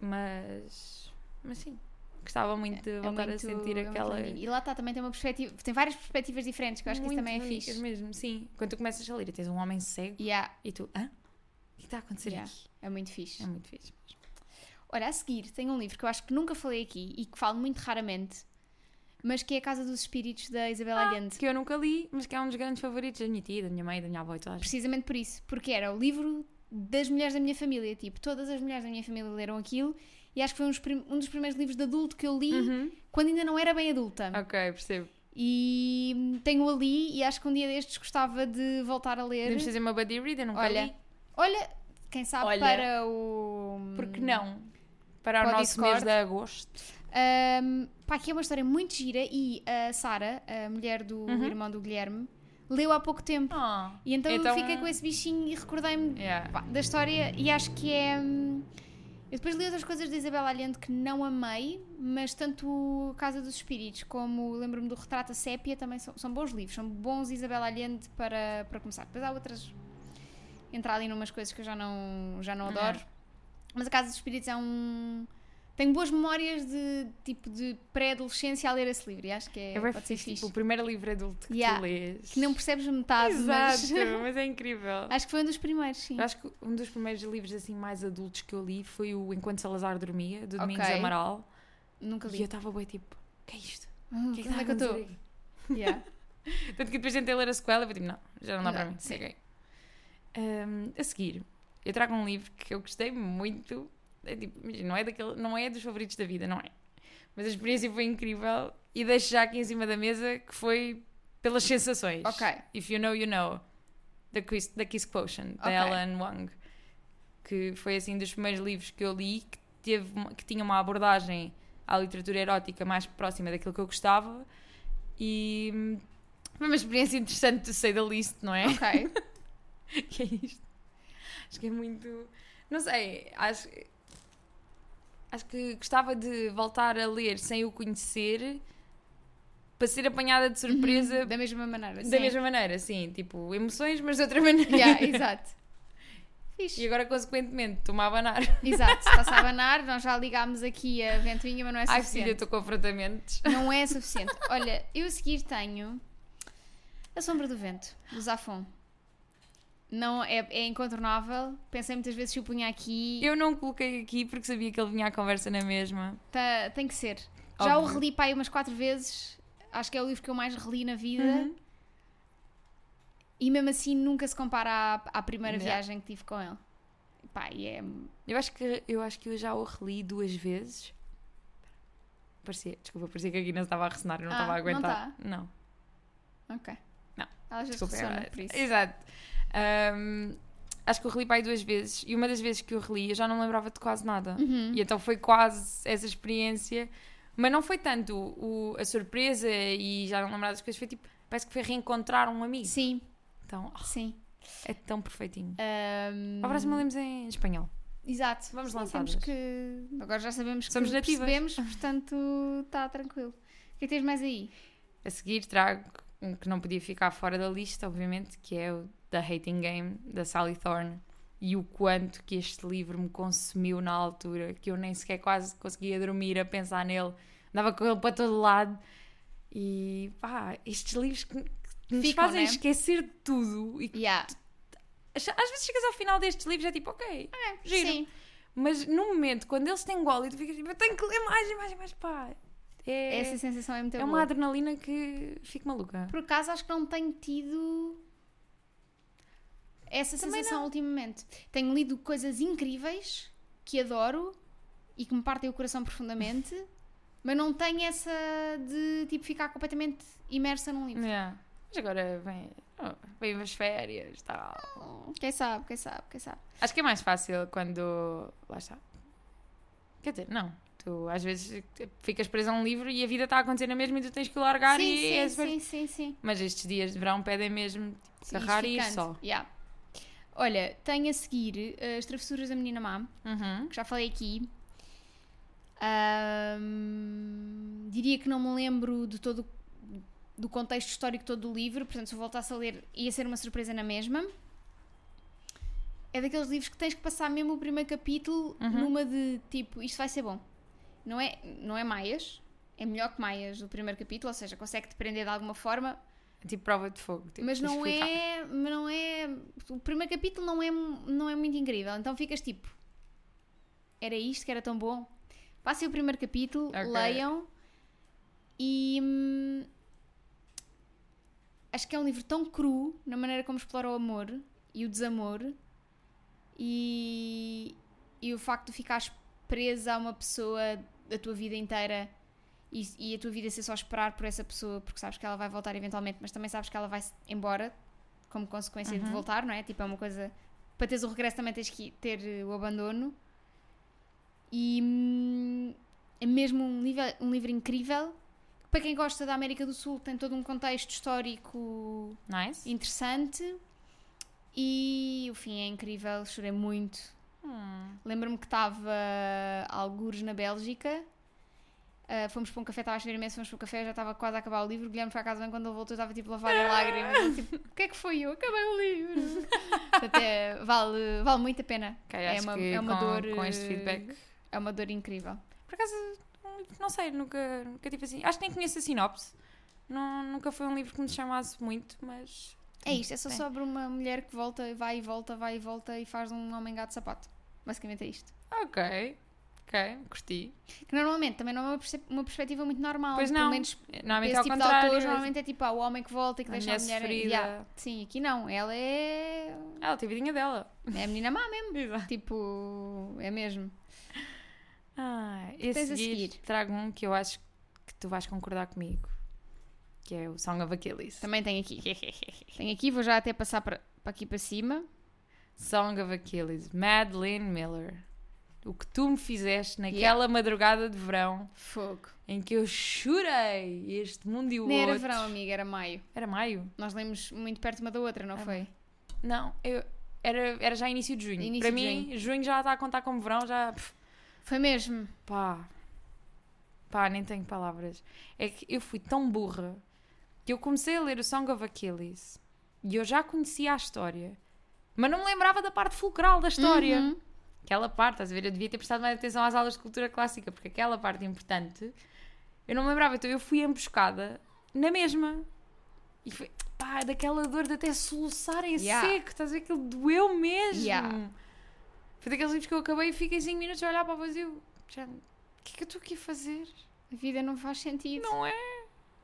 S1: Mas. Mas sim. Gostava muito de
S2: É
S1: voltar a
S2: muito-
S1: sentir
S2: é muito
S1: aquela.
S2: lindo. E lá está, também tem uma perspectiva, tem várias perspectivas diferentes, que eu acho que isso
S1: Muito
S2: também é
S1: amigas
S2: fixe.
S1: mesmo, sim. Quando tu começas a ler e tens um homem cego
S2: Yeah,
S1: e tu. Hã? O que está a acontecer
S2: Yeah.
S1: aqui?
S2: é muito fixe.
S1: É muito fixe.
S2: Olha, a seguir tem um livro que eu acho que nunca falei aqui e que falo muito raramente, mas que é a Casa dos Espíritos da Isabel
S1: Ah.
S2: Allende.
S1: Que eu nunca li, mas que é um dos grandes favoritos da minha tia, da minha mãe, da minha avó e toda a gente.
S2: Precisamente por isso, porque era o livro das mulheres da minha família, tipo, todas as mulheres da minha família leram aquilo e acho que foi uns prim- um dos primeiros livros de adulto que eu li
S1: Uhum.
S2: quando ainda não era bem adulta.
S1: Ok, percebo.
S2: E tenho ali e acho que um dia destes gostava de voltar a ler.
S1: Podemos fazer uma buddy read, eu nunca
S2: Olha,
S1: li.
S2: Olha, quem sabe
S1: Olha.
S2: para o
S1: Porque não? Para o
S2: Pode
S1: nosso mês
S2: hum, discord.
S1: de agosto.
S2: Ahm, pá, que é uma história muito gira e a Sara, a mulher do
S1: Uhum.
S2: irmão do Guilherme, leu há pouco tempo.
S1: Ah,
S2: E então,
S1: Então-
S2: eu fiquei com esse bichinho e recordei-me
S1: yeah.
S2: pá, da história e acho que é. hum, Eu depois li outras coisas de Isabel Allende que não amei, mas tanto o Casa dos Espíritos como o lembro-me do Retrato a Sépia também são, são bons livros, são bons Isabel Allende para, para começar. Depois há outras. Entrar ali numas coisas que eu já não, já não
S1: Uhum.
S2: adoro. Mas a Casa dos Espíritos é um. Tenho boas memórias de tipo de pré-adolescência a ler esse livro e acho que é,
S1: É bem
S2: pode ser
S1: fixe,
S2: fixe.
S1: tipo, o primeiro livro adulto que
S2: Yeah.
S1: tu lês.
S2: Que não percebes metade,
S1: Exato,
S2: mas
S1: mas é incrível.
S2: acho que foi um dos primeiros, sim.
S1: Eu acho que um dos primeiros livros assim mais adultos que eu li foi o Enquanto Salazar Dormia, do Domingos
S2: Ok.
S1: Amaral.
S2: Nunca
S1: E eu
S2: li.
S1: estava bem tipo, o que é isto?
S2: Ah,
S1: O que é que
S2: onde
S1: está
S2: é que eu
S1: a
S2: estou?
S1: acontecer aqui?"
S2: Yeah.
S1: Tanto que depois tentei ler a sequela e tipo, não, já não dá para
S2: Não,
S1: mim.
S2: sim.
S1: Caguei. Hum, a seguir, eu trago um livro que eu gostei muito. É tipo, imagina, não, é daquele, não é dos favoritos da vida, não é? Mas a experiência foi incrível e deixo já aqui em cima da mesa que foi pelas sensações.
S2: Ok.
S1: If You Know, You Know, da Kiss, da Kiss Quotient, da
S2: Ok.
S1: Ellen Wang, que foi assim dos primeiros livros que eu li que, teve, uma- que tinha uma abordagem à literatura erótica mais próxima daquilo que eu gostava e hum, foi uma experiência interessante de sair da lista, não é?
S2: Ok.
S1: que é isto? Acho que é muito. Não sei, acho. Acho que gostava de voltar a ler sem o conhecer para ser apanhada de surpresa
S2: da mesma maneira.
S1: da
S2: sim.
S1: mesma maneira, sim, tipo, emoções, mas de outra maneira.
S2: Yeah, exato.
S1: E
S2: Fixe.
S1: agora, consequentemente, estou-me a abanar.
S2: Exato. Está-se a abanar, nós já ligámos aqui a ventoinha, mas não é
S1: Ai, filha,
S2: suficiente.
S1: estou com afrontamentos.
S2: não é suficiente. Olha, eu a seguir tenho A Sombra do Vento, do Zafon. Não, é, é incontornável. Pensei muitas vezes se o punha aqui.
S1: Eu não coloquei aqui porque sabia que ele vinha à conversa na mesma.
S2: Tá- tem que ser. Já o
S1: Óbvio.
S2: reli pai umas quatro vezes. Acho que é o livro que eu mais reli na vida.
S1: Uhum.
S2: E mesmo assim nunca se compara à, à primeira
S1: Yeah.
S2: viagem que tive com ele. Pá, e é.
S1: Eu acho que eu, acho que eu já o reli duas vezes. Parecia, desculpa, parecia que a Guinness estava a ressonar, eu não tá.
S2: Ah,
S1: estava a
S2: não
S1: aguentar. Não.
S2: Ok.
S1: Não.
S2: Ela já
S1: Desculpa,
S2: funciona
S1: é-
S2: por isso.
S1: Exato. Ahm, acho que eu reli pai duas vezes e uma das vezes que eu reli eu já não lembrava de quase nada.
S2: Uhum.
S1: E então foi quase essa experiência, mas não foi tanto o- a surpresa e já não lembrar das coisas, foi tipo, parece que foi reencontrar um amigo.
S2: Sim,
S1: Então, oh,
S2: sim.
S1: é tão perfeitinho.
S2: Ahm,
S1: A próxima lemos em espanhol.
S2: Exato.
S1: Vamos
S2: Sim,
S1: lançadas.
S2: Temos que... Agora já sabemos
S1: Somos
S2: que
S1: nativas.
S2: percebemos, portanto está tranquilo. O que é que tens mais aí?
S1: A seguir trago um que não podia ficar fora da lista, obviamente, que é o The Hating Game, da Sally Thorne. E o quanto que este livro me consumiu na altura, que eu nem sequer quase conseguia dormir a pensar nele. Andava com ele para todo lado. E pá, estes livros que, que nos
S2: Ficam,
S1: fazem
S2: né?
S1: esquecer de tudo. E que
S2: Yeah.
S1: às às vezes chegas ao final destes livros é tipo, ok, giro.
S2: Sim.
S1: Mas no momento, quando eles têm gol e tu ficas tipo, eu tenho que ler mais e mais e mais, pá. É,
S2: Essa sensação é muito
S1: é
S2: boa.
S1: uma adrenalina que fico maluca.
S2: Por acaso acho que não tenho tido essa
S1: Também
S2: sensação ultimamente. Tenho lido coisas incríveis que adoro e que me partem o coração profundamente, mas não tenho essa de tipo ficar completamente imersa num livro.
S1: Yeah. Mas agora vem, oh, vem as férias tal.
S2: Quem sabe, quem sabe, quem sabe.
S1: Acho que é mais fácil quando. Lá está. Quer dizer, não. Tu às vezes ficas preso a um livro e a vida está a acontecer na mesma e tu tens que o largar
S2: sim,
S1: e
S2: sim,
S1: é super-
S2: sim, sim, sim.
S1: Mas estes dias de verão pedem mesmo tipo,
S2: Sim,
S1: agarrar e ir
S2: ficando.
S1: só.
S2: Yeah. Olha, tenho a seguir eh, As Travessuras da Menina Má.
S1: Uhum.
S2: que já falei aqui. Ahm, diria que não me lembro de todo do contexto histórico todo do livro, portanto, se eu voltasse a ler, ia ser uma surpresa na mesma. É daqueles livros que tens que passar mesmo o primeiro capítulo numa de tipo, isto vai ser bom. Não é, não é Maias, é melhor que Maias do primeiro capítulo, ou seja, consegue te prender de alguma forma,
S1: Tipo prova de fogo. tipo,
S2: mas não
S1: explicar.
S2: é, mas não é, o primeiro capítulo não é, não é muito incrível, então ficas tipo, era isto que era tão bom. Passem o primeiro capítulo,
S1: Ok.
S2: leiam E hum, acho que é um livro tão cru na maneira como explora o amor e o desamor e, e o facto de ficares presa a uma pessoa a tua vida inteira e, e a tua vida ser só esperar por essa pessoa porque sabes que ela vai voltar eventualmente, mas também sabes que ela vai se embora como consequência de voltar, não é? Tipo, é uma coisa. Para teres o regresso também tens que ter eh, o abandono. E hum, é mesmo um livro, um livro incrível. Para quem gosta da América do Sul, tem todo um contexto histórico
S1: Nice.
S2: interessante e o fim é incrível, chorei muito.
S1: Hum.
S2: Lembro-me que estava algures na Bélgica. ah, fomos para um café, estava a chover imenso, fomos para um café, já estava quase a acabar o livro. O Guilherme foi à casa bem quando ele voltou, eu estava tipo a lavar a lágrima. Tipo, o que é que foi eu? Acabei o livro. Até vale, vale muito a pena.
S1: Ok,
S2: É
S1: acho
S2: uma-
S1: que
S2: é uma
S1: com,
S2: dor,
S1: com este
S2: eh,
S1: feedback.
S2: É uma dor incrível.
S1: Por acaso, um livro, não sei, nunca, nunca tive assim. Acho que nem conheço a sinopse. Não, nunca foi um livro que me chamasse muito, mas.
S2: É isto, é só
S1: Bem.
S2: sobre uma mulher que volta, vai e volta, vai e volta e faz um homem gato de sapato. Basicamente é isto.
S1: Ok. Ok, curti.
S2: Que normalmente também não é uma, perce- uma perspectiva muito normal.
S1: Pois não.
S2: Pelo menos
S1: Normalmente
S2: Esse
S1: ao
S2: tipo de
S1: contrário.
S2: autores normalmente é tipo ah, o homem que volta e que
S1: a mulher
S2: deixa a mulher
S1: sofrida.
S2: Yeah. Sim, aqui não. Ela é.
S1: Ela tem a vidinha dela.
S2: É a menina má mesmo.
S1: Exato.
S2: Tipo, é mesmo.
S1: Ah, e a
S2: Tens
S1: seguir,
S2: a seguir.
S1: trago um que eu acho que tu vais concordar comigo. Que é o Song of Achilles.
S2: Também tem aqui. Tem aqui, vou já até passar para para aqui para cima.
S1: Song of Achilles, Madeleine Miller. O que tu me fizeste naquela madrugada de verão
S2: Fogo.
S1: em que eu chorei este mundo e o
S2: Não era
S1: outro.
S2: verão, amiga, era maio.
S1: Era maio?
S2: Nós lemos muito perto uma da outra, não
S1: Era
S2: foi?
S1: Não, eu- era, era já início de junho.
S2: Início
S1: Para
S2: de
S1: mim, junho. já está a contar como verão, já. pff,
S2: Foi mesmo.
S1: Pá. Pá, nem tenho palavras. É que eu fui tão burra que eu comecei a ler o Song of Achilles e eu já conhecia a história, mas não me lembrava da parte fulcral da história.
S2: Uhum.
S1: Aquela parte, estás a ver? Eu devia ter prestado mais atenção às aulas de cultura clássica, porque aquela parte importante eu não me lembrava. Então eu fui emboscada na mesma. E foi, pá, é daquela dor de até soluçar em
S2: Yeah.
S1: seco, estás a ver? Aquilo doeu mesmo.
S2: Yeah.
S1: Foi daqueles livros que eu acabei e fiquei 5 minutos a olhar para o vazio. Já, O que é que eu estou aqui a fazer?
S2: A vida não faz sentido.
S1: Não é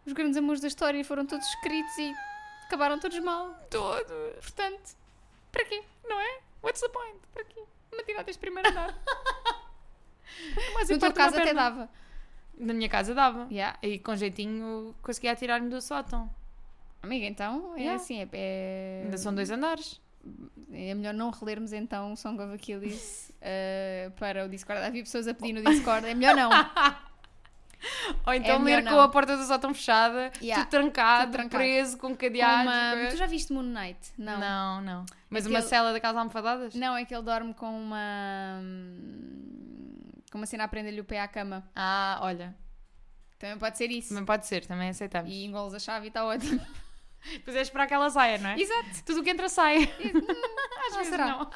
S2: Os grandes amores da história foram todos escritos e acabaram todos mal.
S1: todo.
S2: Portanto,
S1: Para quê? Não é? What's the point? Para quê?
S2: uma tirada este primeiro andar.
S1: Mas então
S2: No teu caso até dava.
S1: Na minha casa dava.
S2: Yeah.
S1: E com jeitinho conseguia atirar-me do sótão.
S2: Amiga, então é
S1: Yeah.
S2: assim, é, é-
S1: Ainda são dois andares.
S2: é melhor não relermos então o Song of Achilles eh, para o Discord. Havia pessoas a pedir no Discord, é melhor não.
S1: Ou
S2: É
S1: então
S2: melhor
S1: ler com
S2: não.
S1: a porta do sótão fechada,
S2: Yeah,
S1: tudo, trancado,
S2: tudo trancado.
S1: preso, com cadeados.
S2: Uma-
S1: com-
S2: Tu já viste Moon Knight? Não.
S1: Não, não. Mas
S2: Aquele-
S1: uma cela daquelas almofadadas?
S2: Não, é que ele dorme com uma. com uma cena a prender-lhe o pé à cama.
S1: Ah, olha.
S2: Também pode ser isso.
S1: Também pode ser, também aceitamos.
S2: E engoles a chave e está ótimo.
S1: Depois é esperar que ela saia, não é?
S2: Exato.
S1: Tudo o que entra sai. Às
S2: Ah,
S1: vezes
S2: será?
S1: não.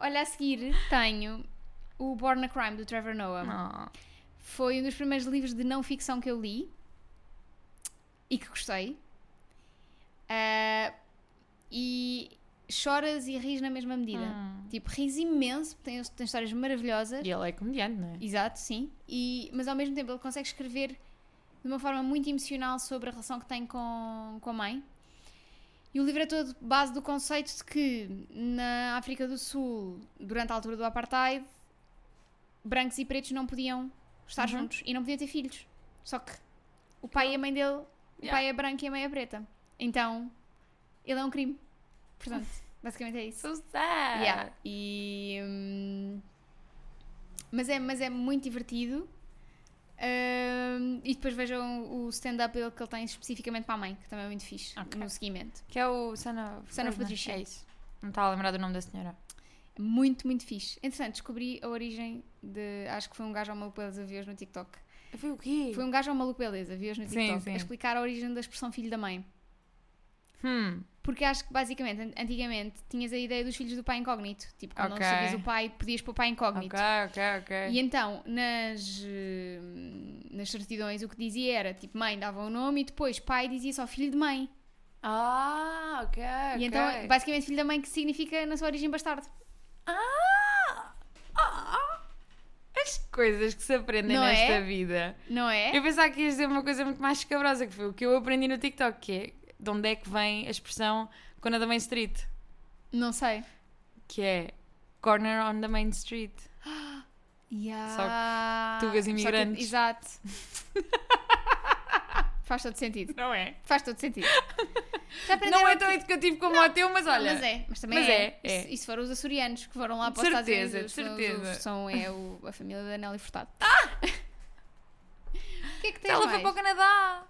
S2: Olha, a seguir tenho o Born a Crime do Trevor
S1: Ah,
S2: Noah.
S1: Não.
S2: Foi um dos primeiros livros de não ficção que eu li e que gostei. Ah, e choras e ris na mesma medida.
S1: Hum.
S2: Tipo, ris imenso, tem, tem histórias maravilhosas.
S1: E ele é comediante, não é?
S2: Exato, sim. E, mas ao mesmo tempo ele consegue escrever de uma forma muito emocional sobre a relação que tem com, com a mãe. E o livro é todo base do conceito de que na África do Sul, durante a altura do apartheid, brancos e pretos não podiam estar
S1: Uhum.
S2: juntos e não podiam ter filhos. Só que o pai e a mãe dele, o
S1: Yeah.
S2: pai é branco e a mãe é preta. Então, ele é um crime. Portanto, basicamente é isso.
S1: So sad.
S2: Yeah. E, hum, mas, é, mas é muito divertido. Hum, e depois vejam o stand-up dele que ele tem especificamente para a mãe, que também é muito fixe
S1: Ok.
S2: no seguimento.
S1: Que é o Son of,
S2: Son of
S1: Goodness.
S2: Patricia.
S1: É isso. Não estava a lembrar do nome da senhora.
S2: É Muito, muito fixe. Entretanto, descobri a origem de. Acho que foi um gajo ao maluco beleza viu no TikTok.
S1: Foi o quê?
S2: Foi um gajo ao maluco beleza viu no
S1: Sim,
S2: TikTok
S1: sim.
S2: a explicar a origem da expressão filho da mãe.
S1: Hum.
S2: Porque acho que basicamente, an- antigamente, tinhas a ideia dos filhos do pai incógnito. Tipo, quando
S1: Ok.
S2: não sabias o pai, podias pôr pai incógnito.
S1: Ok, ok, ok.
S2: E então, nas, eh, nas certidões, o que dizia era tipo mãe dava o nome e depois pai dizia só filho de mãe.
S1: Ah, ok.
S2: E então, basicamente, filho da mãe que significa na sua origem bastardo.
S1: Ah! Ah! As coisas que se aprendem
S2: Não é?
S1: nesta vida.
S2: Não é?
S1: Eu pensava que ias dizer uma coisa muito mais escabrosa, que foi o que eu aprendi no TikTok, que é de onde é que vem a expressão Corner da Main Street,
S2: Não sei.
S1: que é Corner on the Main Street.
S2: Yeah.
S1: tugas
S2: Só que-
S1: imigrantes.
S2: Exato. Faz todo sentido.
S1: Não é?
S2: Faz todo sentido. Já aprenderam
S1: Não é
S2: que-
S1: tão educativo como o teu, mas olha.
S2: Mas é, mas também
S1: mas
S2: é.
S1: é, é.
S2: E se foram os açorianos que foram lá
S1: De
S2: para os Estados
S1: certeza,
S2: Unidos?
S1: de
S2: são-
S1: certeza. Ah!
S2: São, é o- a família da Nelly Furtado. O que é que tens
S1: Ela
S2: mais?
S1: foi para o Canadá.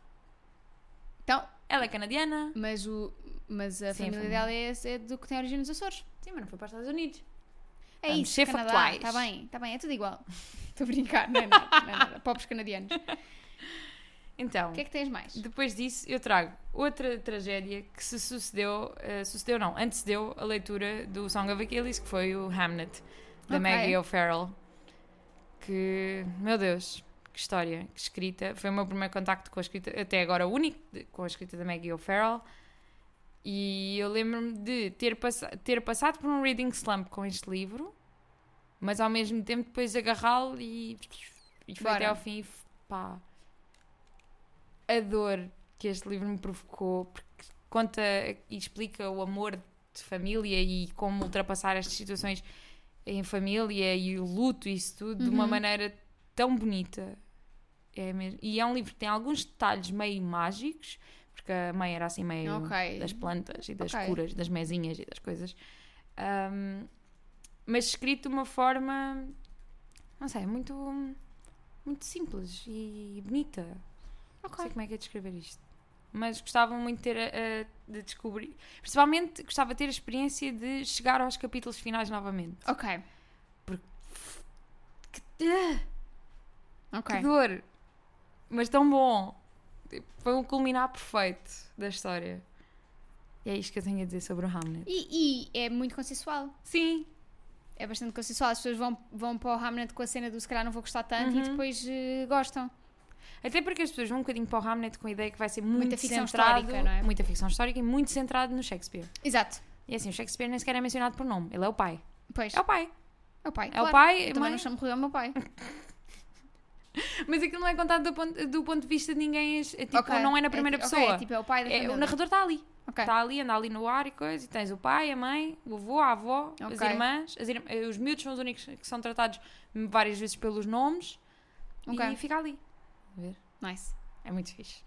S2: Então,
S1: Ela é canadiana.
S2: mas, o, mas a
S1: Sim, a
S2: família
S1: família.
S2: dela é, é do que tem origem nos Açores.
S1: Sim, mas não foi para os Estados Unidos.
S2: É
S1: Vamos
S2: isso,
S1: ser
S2: Canadá.
S1: factuais.
S2: Está bem, está bem, é tudo igual. Estou a brincar, não é nada, não é nada. Pobres canadianos.
S1: Então,
S2: O que é que tens mais?
S1: depois disso, eu trago outra tragédia que se sucedeu, eh, sucedeu não, antecedeu a leitura do Song of Achilles, que foi o Hamnet, da
S2: Ok.
S1: Maggie O'Farrell. Que, meu Deus, que história, que escrita. Foi o meu primeiro contacto com a escrita, até agora o único, de- com a escrita da Maggie O'Farrell. E eu lembro-me de ter, passa- ter passado por um reading slump com este livro, mas ao mesmo tempo depois agarrá-lo e, e foi
S2: Bora.
S1: até ao fim e f- pá. A dor que este livro me provocou, porque conta e explica o amor de família e como ultrapassar estas situações em família e o luto e isso tudo de uma
S2: Uhum.
S1: maneira tão bonita. É mesmo. E é um livro que tem alguns detalhes meio mágicos, porque a mãe era assim meio
S2: Ok.
S1: das plantas e das
S2: Ok.
S1: curas, das mesinhas e das coisas. Ahm, mas escrito de uma forma, não sei, muito, muito simples e bonita. Não sei
S2: Ok.
S1: como é que é descrever isto. Mas gostava muito de ter a- a- de descobrir. Principalmente gostava de ter a experiência de chegar aos capítulos finais novamente.
S2: Ok.
S1: Que
S2: Ok.
S1: dor! Mas tão bom! Tipo, Foi um culminar perfeito da história. E é isto que eu tenho a dizer sobre o Hamlet.
S2: E, e é muito consensual.
S1: Sim,
S2: É bastante consensual. As pessoas vão, vão para o Hamlet com a cena do se calhar não vou gostar tanto
S1: Uhum.
S2: e depois eh, gostam.
S1: Até porque as pessoas vão um bocadinho para o Hamlet com a ideia que vai ser muito
S2: Muita ficção
S1: centrado,
S2: histórica, não é?
S1: Muita ficção histórica e muito centrado no Shakespeare.
S2: Exato.
S1: E assim, o Shakespeare nem sequer é mencionado por nome. Ele é o pai.
S2: Pois.
S1: É o pai.
S2: É o pai.
S1: É
S2: claro.
S1: o pai,
S2: Eu
S1: mãe. Tipo,
S2: também não chamo Rui ao meu pai.
S1: Mas aquilo não é contado do ponto, do ponto de vista de ninguém. É, tipo,
S2: Ok.
S1: não é na
S2: ti-
S1: primeira
S2: ok,
S1: pessoa.
S2: é tipo, é o pai da
S1: É,
S2: família.
S1: o narrador está ali.
S2: Ok.
S1: Está ali, anda ali no ar e coisa. E tens o pai, a mãe, o avô, a avó, as
S2: Ok.
S1: irmãs. as irm- eh, Os miúdos são os únicos que são tratados várias vezes pelos nomes.
S2: Ok.
S1: E fica ali.
S2: Nice.
S1: É muito fixe.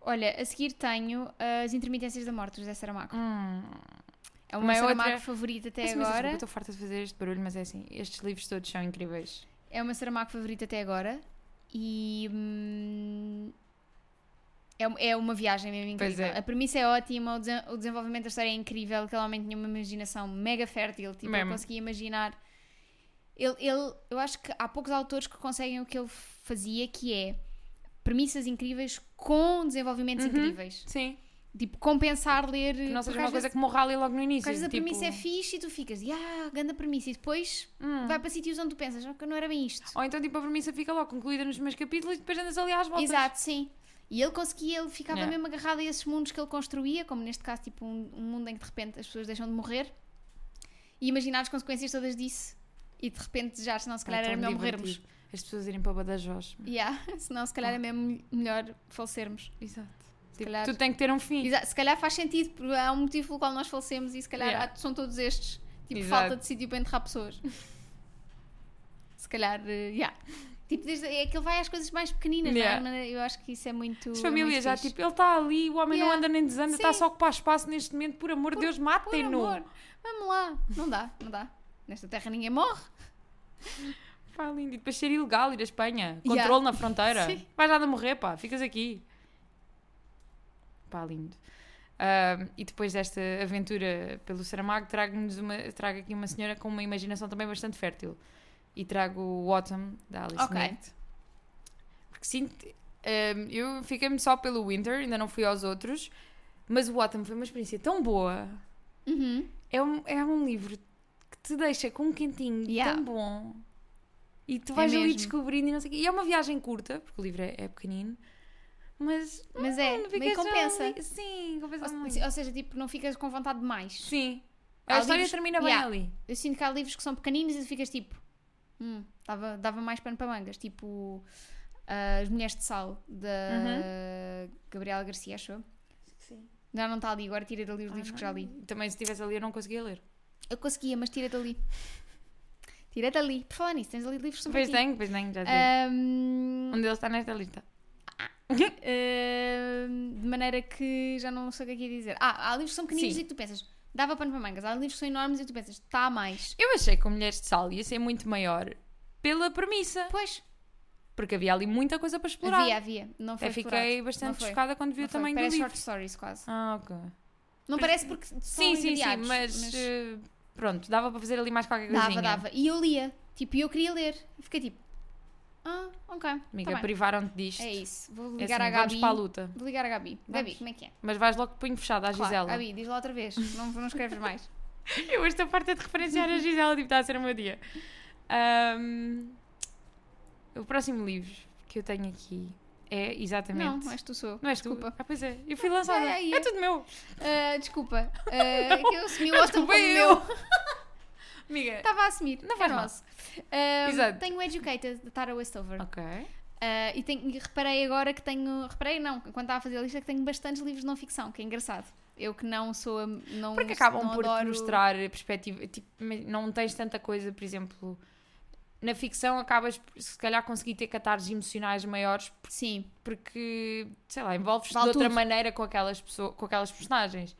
S2: Olha, a seguir tenho As Intermitências da Morte, do José Saramago.
S1: Hum.
S2: É o meu
S1: Uma outra-
S2: Saramago favorito até
S1: Peço imensa desculpa,
S2: agora.
S1: Estou farta de fazer este barulho, mas é assim. Estes livros todos são incríveis.
S2: É o meu Saramago favorito até agora. E. hum, é, um- é uma viagem mesmo
S1: Pois
S2: incrível.
S1: é.
S2: A premissa é ótima, o, desen- o desenvolvimento da história é incrível. Aquele homem tinha uma imaginação mega fértil. Tipo, eu
S1: Mesmo.
S2: conseguia imaginar. Ele, ele- eu acho que há poucos autores que conseguem o que ele fazia, que é premissas incríveis com desenvolvimentos
S1: Uhum.
S2: incríveis.
S1: Sim.
S2: Tipo, compensar ler.
S1: Que não
S2: porque
S1: seja uma coisa
S2: às vezes-
S1: que morra ali logo no
S2: porque
S1: início.
S2: às vezes a
S1: tipo,
S2: premissa é fixe e tu ficas, ah, grande premissa, e depois
S1: hum.
S2: vai para sítios onde tu pensas, não, que não era bem isto.
S1: Ou então tipo a premissa fica logo concluída nos meus capítulos e depois andas ali às voltas.
S2: Exato, sim. E ele conseguia, ele ficava
S1: Yeah.
S2: mesmo agarrado a esses mundos que ele construía, como neste caso, tipo um, um mundo em que de repente as pessoas deixam de morrer e imaginar as consequências todas disso e de repente desejar, senão se calhar
S1: É tão
S2: era melhor morrermos.
S1: divertido. As pessoas irem para Badajoz. Tipo,
S2: Yeah, senão se calhar é mesmo melhor falecermos.
S1: Exato.
S2: Se
S1: Tipo,
S2: calhar-
S1: tudo tem que ter um fim.
S2: Exa- se calhar faz sentido, porque há um motivo pelo qual nós falecemos e se calhar
S1: Yeah.
S2: há- são todos estes. Tipo,
S1: Exato.
S2: falta de sítio para enterrar pessoas. se calhar, eh, yeah. Tipo, desde, é que ele vai às coisas mais pequeninas,
S1: Yeah.
S2: não é? Eu acho que isso é muito.
S1: As
S2: é
S1: famílias
S2: muito
S1: já,
S2: fixe.
S1: tipo, ele está ali, o homem não
S2: Yeah.
S1: anda nem desanda, está
S2: Sim.
S1: só a ocupar espaço neste momento, por amor de Deus,
S2: Por amor,
S1: matem-no.
S2: vamos lá. Não dá, não dá. Nesta terra ninguém morre.
S1: Pá, lindo. E depois ser ilegal ir à Espanha.
S2: Yeah.
S1: Controle na fronteira.
S2: Sim.
S1: Vais nada morrer, pá, ficas aqui. Pá, lindo. Ahm, e depois desta aventura pelo Saramago, trago-nos uma, trago aqui uma senhora com uma imaginação também bastante fértil. E trago o Autumn, da Alice
S2: Ok.
S1: Knight. Porque sinto... ahm, eu fiquei-me só pelo Winter, ainda não fui aos outros. Mas o Autumn foi uma experiência tão boa.
S2: Uhum.
S1: É um, é um livro que te deixa com um quentinho
S2: Yeah.
S1: tão bom. E tu
S2: É
S1: vais ali
S2: mesmo.
S1: descobrindo e não sei o quê. E é uma viagem curta, porque o livro é, é pequenino. Mas...
S2: Mas é,
S1: hum,
S2: meio
S1: ficas
S2: compensa.
S1: ali- Sim, compensa
S2: Ou,
S1: muito.
S2: se- ou seja, tipo, não ficas com vontade de mais.
S1: Sim.
S2: Há
S1: A história
S2: livros-
S1: termina bem
S2: Yeah.
S1: ali.
S2: Eu sinto que há livros que são pequeninos e tu ficas tipo, Hum, dava, dava mais pano para mangas, tipo ah, As Mulheres de Sal, da Gabriela Garcia, acho eu.
S1: Uhum. Sim.
S2: Já não está ali, agora tira dali os
S1: Ah,
S2: livros que
S1: não.
S2: já li.
S1: Também se estivesse ali eu não conseguia ler.
S2: Eu conseguia, mas tira dali. Tira dali. Por falar nisso, tens ali livros sobre
S1: Pois
S2: ti.
S1: tenho, pois tenho, já te
S2: Ah.
S1: digo.
S2: Ahm,
S1: Um deles está nesta lista.
S2: ahm, de maneira que já não sei o que é que ia dizer. Ah, há livros que são pequeninos
S1: Sim.
S2: e que tu pensas, dava pano para mangas. Há livros que são enormes e tu pensas, está a mais.
S1: Eu achei que o Mulheres de Sal ia ser muito maior pela premissa,
S2: Pois,
S1: porque havia ali muita coisa para explorar.
S2: havia, havia. Não foi
S1: eu
S2: explorado.
S1: fiquei
S2: Não
S1: bastante
S2: foi.
S1: chocada quando vi
S2: Não
S1: o
S2: foi.
S1: tamanho do
S2: Parece
S1: livro.
S2: short stories quase.
S1: Ah, ok.
S2: Não parece porque são
S1: Sim, sim, sim,
S2: encadeados,
S1: mas, eh, pronto, dava para fazer ali mais qualquer
S2: Dava,
S1: coisinha.
S2: dava. E eu lia. Tipo, eu queria ler. Fiquei tipo, ah, ok.
S1: Amiga,
S2: tá bem.
S1: privaram-te disto.
S2: É isso. Vou
S1: É
S2: ligar
S1: assim,
S2: à
S1: vamos
S2: Gabi.
S1: para a luta.
S2: Vou ligar à Gabi. Gabi,
S1: Vamos.
S2: como é que é?
S1: Mas vais logo de punho fechado à
S2: Claro,
S1: Gisela.
S2: Gabi, diz lá outra vez. Não, não escreves mais.
S1: Eu esta parte é de referenciar a Gisela, tipo, está a ser o meu dia. Ahm, o próximo livro que eu tenho aqui é exatamente.
S2: Não, és tu sou.
S1: Não és tu?
S2: desculpa.
S1: Ah, pois é, eu fui lançada.
S2: é, é, é.
S1: É tudo meu.
S2: Ah, desculpa. Ah, é que eu assumi o outro como
S1: Desculpa, eu.
S2: meu.
S1: Amiga.
S2: Estava a assumir.
S1: Não
S2: é
S1: faz mal.
S2: nosso. Ah,
S1: Exato.
S2: Tenho o Educated, da Tara Westover.
S1: Ok.
S2: Ah, e, tenho- e reparei agora que tenho. Reparei, não, enquanto estava a fazer a lista, que tenho bastantes livros de não ficção, que é engraçado. Eu que não sou. a- Não,
S1: Porque acabam
S2: não
S1: por te
S2: então adoro...
S1: mostrar a perspectiva. Tipo, mas não tens tanta coisa, por exemplo. Na ficção acabas, por, se calhar, conseguir ter catarses emocionais maiores
S2: Sim,
S1: porque, sei lá, envolves-te
S2: Vale
S1: de outra
S2: tudo.
S1: maneira com aquelas, pessoas, com aquelas personagens.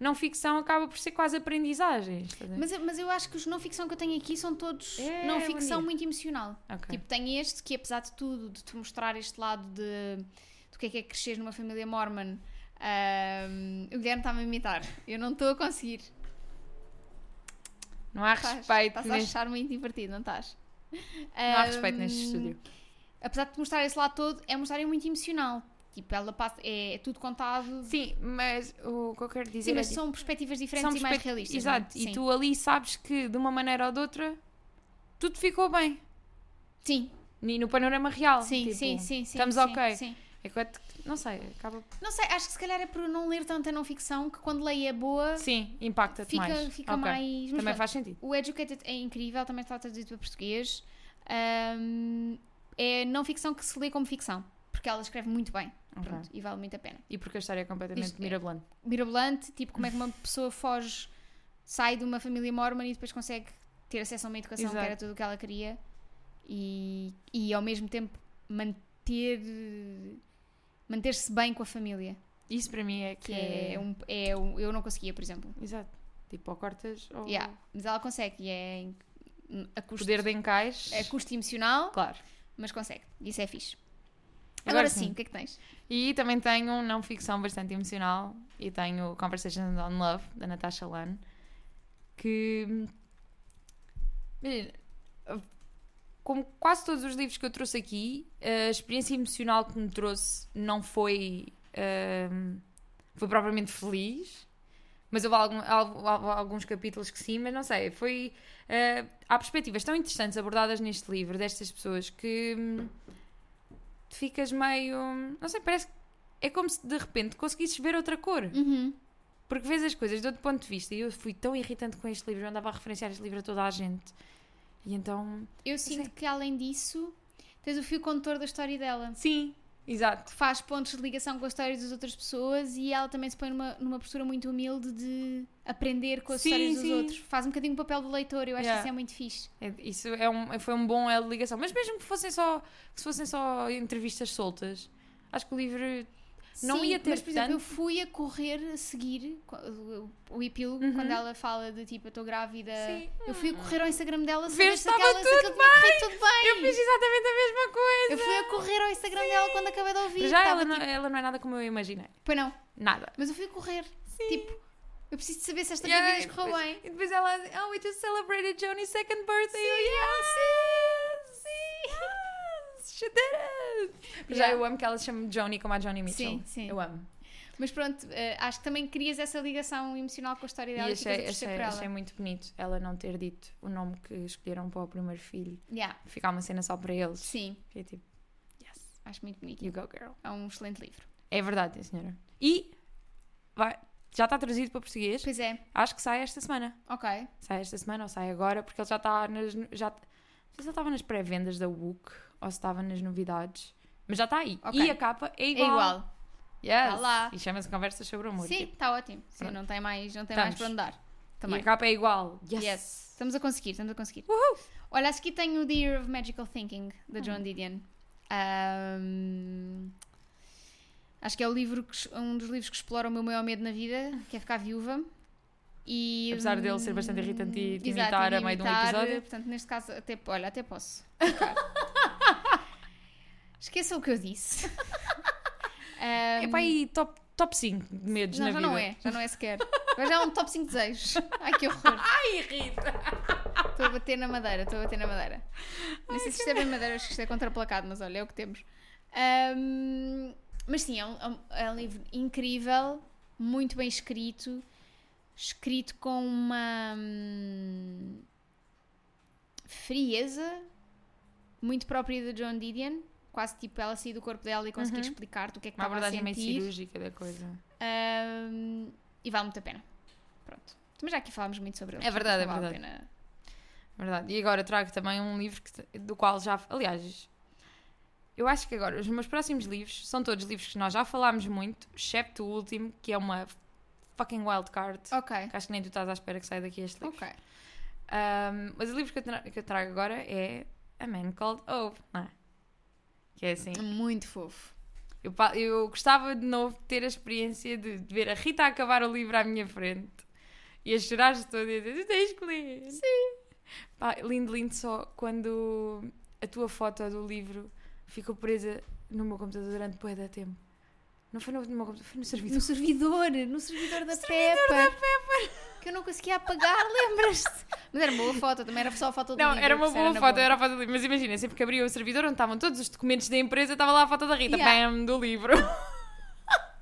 S1: Não ficção acaba por ser quase aprendizagens. estás a ver?
S2: mas, eu- mas eu acho que os não ficção que eu tenho aqui são todos
S1: É,
S2: não ficção
S1: bonito.
S2: muito emocional.
S1: Ok.
S2: Tipo, tem este que, apesar de tudo, de te mostrar este lado de do que é que é crescer numa família mormon, ahm, o Guilherme está-me a imitar. Eu não estou a conseguir.
S1: não há
S2: Estás-
S1: respeito
S2: Estás a
S1: neste,
S2: achar muito divertido, não estás?
S1: não há respeito neste
S2: Ahm,
S1: estúdio.
S2: Apesar de te mostrar esse lado todo, é uma história muito emocional. Tipo, ela passa, é, é tudo contado. Sim,
S1: Sim, mas o que eu quero dizer
S2: mas
S1: é, tipo,
S2: são perspectivas diferentes
S1: são
S2: e mais
S1: perspe-
S2: realistas.
S1: Exato,
S2: não é?
S1: e
S2: Sim.
S1: tu ali sabes que de uma maneira ou de outra tudo ficou bem.
S2: Sim,
S1: E no panorama real.
S2: sim,
S1: tipo,
S2: sim, sim, sim.
S1: estamos
S2: sim,
S1: ok.
S2: sim.
S1: É quando- não sei, acaba.
S2: Não sei, acho que se calhar é por eu não ler tanta não ficção que quando leio é boa,
S1: Sim, impacta-te
S2: fica
S1: mais.
S2: mais. Fica
S1: Ok.
S2: mais... mas
S1: Também
S2: pronto,
S1: faz sentido.
S2: O Educated é incrível, também está traduzido para português. Ahm, é não ficção que se lê como ficção, porque ela escreve muito bem
S1: Ok.
S2: pronto, e vale muito a pena.
S1: E porque a história é completamente
S2: Isto é-
S1: mirabolante.
S2: Mirabolante, tipo como é que uma pessoa foge, sai de uma família mormon e depois consegue ter acesso a uma educação que
S1: Exato.
S2: era tudo o que ela queria e, e ao mesmo tempo manter manter-se bem com a família
S1: Isso para mim é que,
S2: que é, um, é um- eu não conseguia por exemplo
S1: Exato. Tipo, ou cortas ou
S2: Yeah, mas ela consegue e é em- a custo,
S1: poder de encaixe.
S2: a custo emocional
S1: Claro.
S2: mas consegue. Isso é fixe. Agora,
S1: Agora
S2: sim.
S1: sim.
S2: o que é que tens?
S1: E também tenho um não ficção bastante emocional e tenho Conversations on Love, da Natasha Lane, que. Imagina, Como quase todos os livros que eu trouxe aqui, a experiência emocional que me trouxe não foi. hum, foi propriamente feliz. Mas houve, algum- al- al- alguns capítulos que sim, mas não sei. Foi. eh, há perspectivas tão interessantes abordadas neste livro, destas pessoas, que. hum, tu ficas meio. Não sei, parece que. É como se de repente conseguisses ver outra cor.
S2: Uhum.
S1: Porque vês as coisas de outro ponto de vista. E eu fui tão irritante com este livro, eu andava a referenciar este livro a toda a gente. E então.
S2: Eu sinto
S1: sei.
S2: que, além disso, tens o fio condutor da história dela.
S1: Sim, exato.
S2: Que faz pontos de ligação com a história das outras pessoas e ela também se põe numa, numa postura muito humilde de aprender com as
S1: Sim,
S2: histórias dos
S1: sim.
S2: outros. Faz um bocadinho o papel do leitor, eu acho
S1: Yeah.
S2: que isso é muito fixe.
S1: É- Isso é um, foi um bom elo de ligação. Mas mesmo que fossem só, que fossem só entrevistas soltas, acho que o livro Não
S2: Sim,
S1: ia ter
S2: mas, por exemplo,
S1: tanto.
S2: eu fui a correr a seguir co- o, o epílogo,
S1: Uhum.
S2: quando ela fala de tipo, eu estou grávida.
S1: Sim.
S2: Eu fui a correr ao Instagram dela,
S1: Ver
S2: se
S1: se estava
S2: aquela- se aquilo tinha corrido tudo bem.
S1: Eu fiz exatamente a mesma coisa.
S2: Eu fui a correr ao Instagram dela quando acabei de ouvir.
S1: Já
S2: Estava
S1: ela, não, ela não é nada como eu imaginei.
S2: Pois não,
S1: Nada.
S2: mas eu fui correr. Tipo, eu preciso de saber se esta
S1: Yeah, e
S2: gravidez correu
S1: depois- E
S2: bem.
S1: depois ela, oh, we just celebrated Joni's second birthday. eu, yes! Yes! She did it! Mas Já
S2: Yeah.
S1: eu amo que ela se chame Joni como a Johnny Mitchell.
S2: Sim, sim.
S1: Eu amo.
S2: Mas pronto, eh, acho que também crias essa ligação emocional com a história dela
S1: e
S2: e ficas a
S1: achei,
S2: torcer
S1: achei,
S2: por ela.
S1: achei muito bonito ela não ter dito o nome que escolheram para o primeiro filho.
S2: Yeah,
S1: Ficar uma cena só para eles.
S2: Sim,
S1: Fiquei tipo, yes,
S2: acho muito bonito.
S1: you go girl.
S2: É um excelente livro.
S1: É verdade, senhora. E vai- já está traduzido para português.
S2: Pois é,
S1: Acho que sai esta semana.
S2: ok. É
S1: Sai esta semana ou sai agora, porque ele já está tá nas. Já, sei se ele estava nas pré-vendas da WUC ou se estava nas novidades, mas já está aí.
S2: Ok.
S1: E a capa é
S2: É
S1: igual.
S2: igual.
S1: Yes.
S2: Tá lá.
S1: E chama-se Conversas sobre o Amor.
S2: Sim,
S1: tipo.
S2: está ótimo. Sim,
S1: Pronto.
S2: não tem mais, não tem
S1: Estamos.
S2: mais para andar.
S1: E
S2: Também.
S1: a capa é igual. Yes.
S2: Yes. Estamos a conseguir, estamos a conseguir. Olha, acho que tenho o The Year of Magical Thinking, da
S1: Uhum.
S2: Joan Didion. Ahm, acho que é o livro que es- um dos livros que explora o meu maior medo na vida, que é ficar viúva. E, hum,
S1: Apesar dele ser bastante irritante e te
S2: exato,
S1: imitar
S2: e
S1: a meio de um
S2: imitar,
S1: episódio.
S2: Portanto, neste caso, até, olha, até posso. ficar. Esqueça o que eu disse. Ahm,
S1: É para aí top, top 5 de medos
S2: não,
S1: na
S2: já
S1: vida.
S2: não é, já não é sequer. Mas já é um top 5 desejos. Ai que horror.
S1: Ai, Rita!
S2: Estou a bater na madeira, estou a bater na madeira. Não sei se isto é bem madeira, acho que isto é contraplacado, mas olha, é o que temos. Ahm, mas sim, é um, é um- é um livro incrível, muito bem escrito, escrito com uma hum, frieza muito própria da John Didion, quase tipo ela sair do corpo dela e conseguir
S1: Uhum.
S2: explicar-te o que é que
S1: Uma
S2: estava a
S1: abordagem meio
S2: sentir.
S1: cirúrgica da coisa.
S2: Ahm, e vale muito a pena. Pronto. Mas já aqui falámos muito sobre ele.
S1: É verdade,
S2: portanto,
S1: é
S2: não vale a pena.
S1: Verdade. E agora trago também um livro que- do qual já. Aliás, eu acho que agora os meus próximos livros são todos livros que nós já falámos muito, excepto o último, que é uma fucking wildcard.
S2: Ok,
S1: Que acho que nem tu estás à espera que saia daqui este livro.
S2: ok.
S1: Ahm, mas o livro que eu, tra- que eu trago agora é A Man Called Ove, não é? Que é assim.
S2: Muito fofo.
S1: Eu, pa- eu gostava de novo de ter a experiência de, de ver a Rita a acabar o livro à minha frente e a chorar toda e a dizer: "Tu tens que ler. Sim. Pá, lindo, lindo só quando a tua foto do livro ficou presa no meu computador durante bué da tempo. Não foi no, no meu computador, foi no servidor.
S2: No servidor, no servidor da Pepper. Que eu não conseguia apagar, lembras-te? Mas era uma boa foto, também era só a foto do
S1: Não,
S2: livro,
S1: era uma
S2: por isso
S1: boa
S2: na
S1: foto, era a foto do livro. Mas imagina, sempre que abria o servidor onde estavam todos os documentos da empresa, estava lá a foto da Rita,
S2: Yeah.
S1: bam, do livro.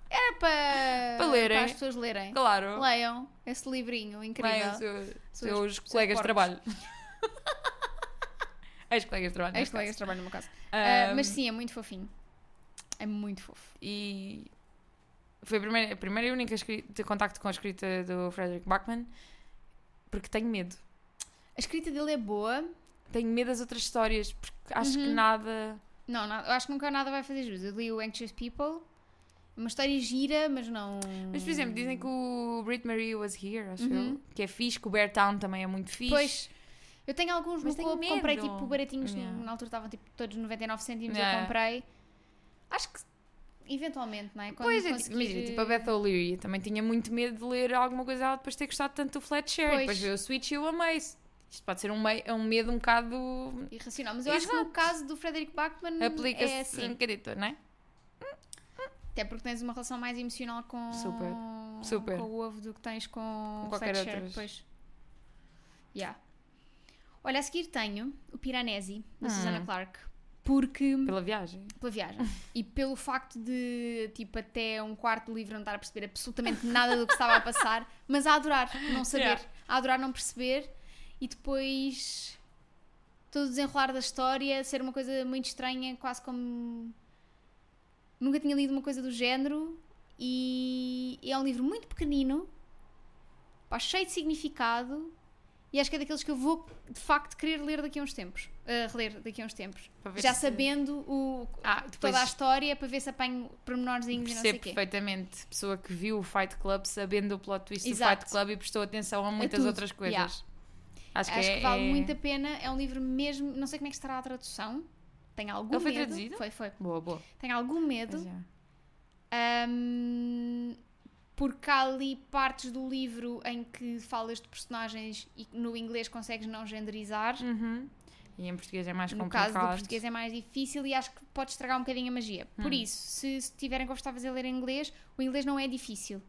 S2: Era para,
S1: Para lerem.
S2: as pessoas lerem.
S1: Claro.
S2: Leiam esse livrinho incrível.
S1: Bem, os seus,
S2: Seus-
S1: seus colegas
S2: porcos.
S1: de trabalho. Ex-colegas de trabalho.
S2: As
S1: neste caso.
S2: colegas trabalham no meu caso.
S1: Ah,
S2: Ah, mas sim, é muito fofinho. É muito fofo.
S1: E foi a primeira, a primeira e única escrita, contacto com a escrita do Frederick Bachman, porque tenho medo.
S2: A escrita dele é boa.
S1: Tenho medo das outras histórias, porque acho que
S2: Uhum.
S1: nada.
S2: Não, nada- eu acho que nunca nada vai fazer jus. Eu li o Anxious People. Uma história gira, mas não.
S1: Mas, por exemplo, dizem que o Brit Marie was here, acho
S2: Uhum.
S1: eu, que é fixe, que o Bear Town também é muito fixe.
S2: Pois. Eu tenho alguns
S1: Mas
S2: no
S1: tenho
S2: Coop, comprei
S1: medo.
S2: tipo baratinhos,
S1: Yeah.
S2: na altura estavam tipo todos 99 cêntimos, eu
S1: Yeah.
S2: comprei. Acho que eventualmente, não é? Quando
S1: Pois, é,
S2: conseguir-
S1: imagina, tipo a Beth O'Leary eu também tinha muito medo de ler alguma coisa dela depois de ter gostado tanto do Fletcher.
S2: Pois.
S1: E depois veio o Switch e eu amei. Isto pode ser um, mei- um medo um bocado.
S2: Irracional, mas eu acho que no caso do Frederick Bachman
S1: Aplica-se
S2: Hum, é
S1: um
S2: assim.
S1: bocadito, não é?
S2: Até porque tens uma relação mais emocional com,
S1: Super, super.
S2: com o ovo do que tens com,
S1: Com
S2: o
S1: qualquer
S2: Fletcher.
S1: outras.
S2: Pois. Yeah. Olha, a seguir tenho o Piranesi, da
S1: Hum.
S2: Susana Clarke. Porque.
S1: Pela viagem.
S2: pela viagem e pelo facto de, tipo, até um quarto do livro não estar a perceber absolutamente nada do que estava a passar, mas a adorar não saber,
S1: Yeah.
S2: a adorar não perceber e depois todo o desenrolar da história ser uma coisa muito estranha, quase como nunca tinha lido uma coisa do género e e é um livro muito pequenino, pá, cheio de significado e acho que é daqueles que eu vou de facto querer ler daqui a uns tempos, ah, reler daqui a uns tempos
S1: para ver
S2: já
S1: se-
S2: sabendo o,
S1: Ah, depois
S2: toda a história para ver se apanho pormenorzinhos e não sei
S1: percebo
S2: o quê.
S1: perfeitamente. Pessoa que viu o Fight Club sabendo o plot twist
S2: Exato.
S1: do Fight Club e prestou atenção a muitas
S2: tudo,
S1: outras coisas.
S2: yeah.
S1: Acho,
S2: Acho
S1: que,
S2: que,
S1: é,
S2: vale
S1: é-
S2: muito a pena. É um livro mesmo. Não sei como é que estará a tradução. Tenho algum
S1: Ele foi
S2: medo.
S1: traduzido?
S2: Foi, foi.
S1: Boa, boa.
S2: Tenho algum medo.
S1: Mas, é.
S2: Ahm, porque há ali partes do livro em que falas de personagens e no inglês consegues não genderizar.
S1: Uhum. E em português é mais
S2: No
S1: complicado. Hum.
S2: caso do português é mais difícil e acho que pode estragar um bocadinho a magia. Por isso, se estiverem confortáveis a ler em inglês, o inglês não é difícil.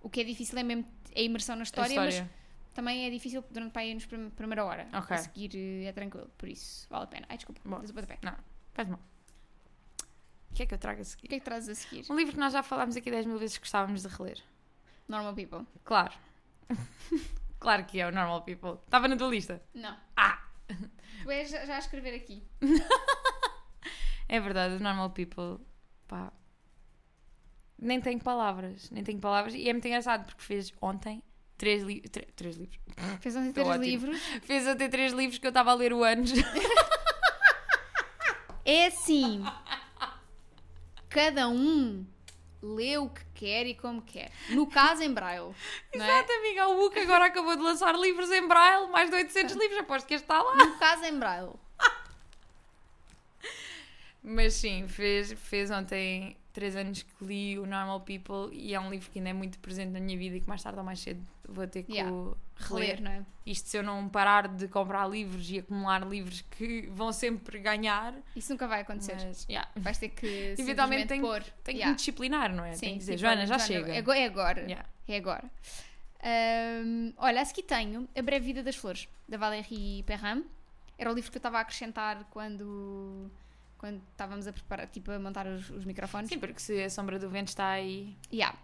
S2: O que é difícil é mesmo a imersão na
S1: A
S2: história, mas
S1: história.
S2: também é difícil durante para aí nos prim primeira hora.
S1: Ok.
S2: A seguir eh, é tranquilo, por isso vale a pena. Ai, desculpa,
S1: Bom.
S2: mas o pontapé.
S1: Não, faz mal. O que é que eu trago a
S2: O
S1: seguir?
S2: que é que trazes a seguir?
S1: Um livro que nós já falámos aqui 10 mil vezes que gostávamos de reler.
S2: Normal People.
S1: Claro. claro que é o Normal People. Estava na tua lista.
S2: Não.
S1: Ah!
S2: Tu és já já a escrever aqui.
S1: É verdade, o Normal People, pá. Nem tenho palavras, nem tenho palavras. E é muito engraçado porque fez ontem três, li tre- três livros.
S2: Fez ontem
S1: Tá
S2: três
S1: ótimo.
S2: livros.
S1: Fez até três livros que eu estava a ler o anos.
S2: É assim. Cada um lê o que quer e como quer. No caso, em Braille. não é?
S1: Exato, amiga. O Hugo agora acabou de lançar livros em braille, mais de 800 livros. Aposto que este está lá.
S2: No caso, em Braille.
S1: Mas sim, fez, fez ontem três anos que li o Normal People e é um livro que ainda é muito presente na minha vida e que mais tarde ou mais cedo vou ter que
S2: Yeah.
S1: o reler.
S2: Reler, não é?
S1: Isto se eu não parar de comprar livros e acumular livros que vão sempre ganhar.
S2: Isso nunca vai acontecer.
S1: Mas, yeah.
S2: Vais ter que
S1: Eventualmente
S2: simplesmente
S1: tenho,
S2: pôr.
S1: tenho que
S2: Yeah.
S1: me disciplinar, não é?
S2: Sim,
S1: tenho que dizer,
S2: sim,
S1: Joana,
S2: olha,
S1: já chega.
S2: É agora. É agora.
S1: Yeah.
S2: É agora. Ahm, olha, a seguir tenho A Breve Vida das Flores, da Valérie Perrin. Era o livro que eu estava a acrescentar quando, quando estávamos a preparar, tipo, a montar os, os microfones.
S1: Sim, porque se a sombra do vento está aí.
S2: Yeah.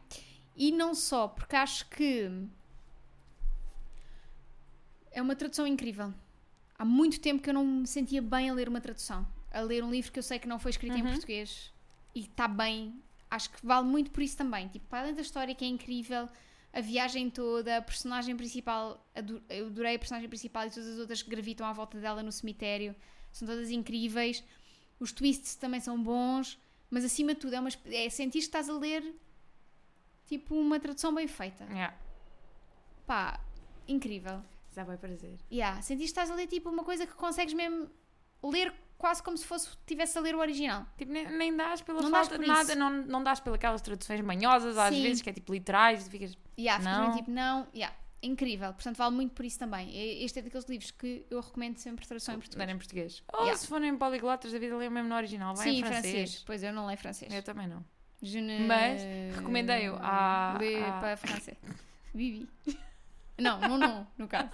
S2: E não só, porque acho que é uma tradução incrível. Há muito tempo que eu não me sentia bem a ler uma tradução. A ler um livro que eu sei que não foi escrito em
S1: Uhum.
S2: português e está bem. Acho que vale muito por isso também. Tipo, para além da história que é incrível, a viagem toda, a personagem principal, ado- eu adorei a personagem principal e todas as outras que gravitam à volta dela no cemitério. São todas incríveis. Os twists também são bons, mas acima de tudo é, uma, exp- é sentir que estás a ler tipo uma tradução bem feita.
S1: Yeah.
S2: Pá, incrível.
S1: Já vai prazer.
S2: Yeah, sentiste que estás a ler tipo uma coisa que consegues mesmo ler quase como se fosse tivesse a ler o original.
S1: Tipo, nem, nem dás pela
S2: Não dás
S1: falta
S2: por
S1: de nada,
S2: isso.
S1: não, não dás pelas traduções manhosas às
S2: Sim.
S1: vezes, que é tipo literais, e ficas.
S2: Yeah, ficas
S1: Não.
S2: mesmo tipo, não, yeah, incrível. Portanto, vale muito por isso também. E- Este é daqueles livros que eu recomendo sempre tradução em
S1: Não era
S2: português.
S1: em português. Ou
S2: Yeah.
S1: Oh, se forem poliglotas, da vida leem mesmo no original. Vai
S2: Sim,
S1: em francês.
S2: Pois eu não leio francês.
S1: Eu também não.
S2: Je ne-
S1: Mas recomendei-o à-
S2: Lê
S1: à-
S2: para francês. Bibi. Não, não, não, no caso.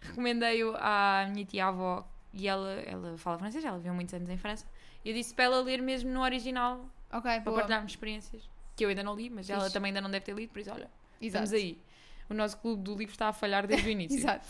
S1: Recomendei-o à minha tia-avó e ela, ela fala francês, ela viveu muitos anos em França. E eu disse para ela ler mesmo no original,
S2: Ok,
S1: para
S2: boa.
S1: partilharmos experiências. Que eu ainda não li, mas ela
S2: Fixe.
S1: também ainda não deve ter lido, por isso, olha,
S2: Exato.
S1: estamos aí. O nosso clube do livro está a falhar desde o início.
S2: Exato.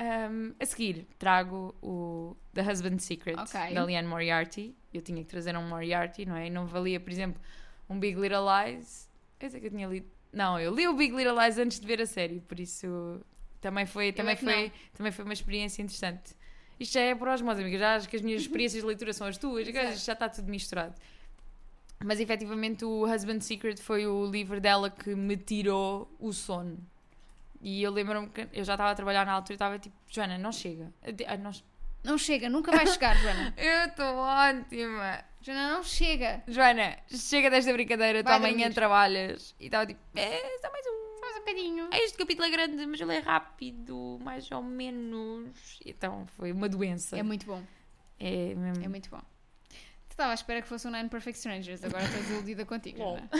S1: Um, a seguir, trago o The Husband's Secret,
S2: Ok.
S1: da Leanne Moriarty. Eu tinha que trazer um Moriarty, não é? E não valia, por exemplo, um Big Little Lies. Esse é que eu tinha lido. Não, eu li o Big Little Lies antes de ver a série, por isso também foi, também
S2: é que
S1: foi, também foi uma experiência interessante. Isto já é por osmose, amiga. Já acho que as minhas experiências de leitura são as tuas,
S2: Exato.
S1: isto já está tudo misturado. Mas efetivamente o Husband's Secret foi o livro dela que me tirou o sono. E eu lembro-me que eu já estava a trabalhar na altura e estava tipo, Joana, não chega. Ah, não-
S2: Não chega, nunca vai chegar, Joana.
S1: Eu estou ótima.
S2: Joana, não chega.
S1: Joana, chega desta brincadeira, tu
S2: Vai
S1: amanhã
S2: dormir.
S1: trabalhas. E estava tipo, é, só mais
S2: Só
S1: um.
S2: Mais um bocadinho.
S1: Ah, Este capítulo é grande, mas ele é rápido, mais ou menos. Então foi uma doença.
S2: É muito bom,
S1: É mesmo.
S2: é muito bom. Tu estava à espera que fosse um Nine Perfect Strangers, agora estou desiludida contigo.
S1: Lol.
S2: Joana.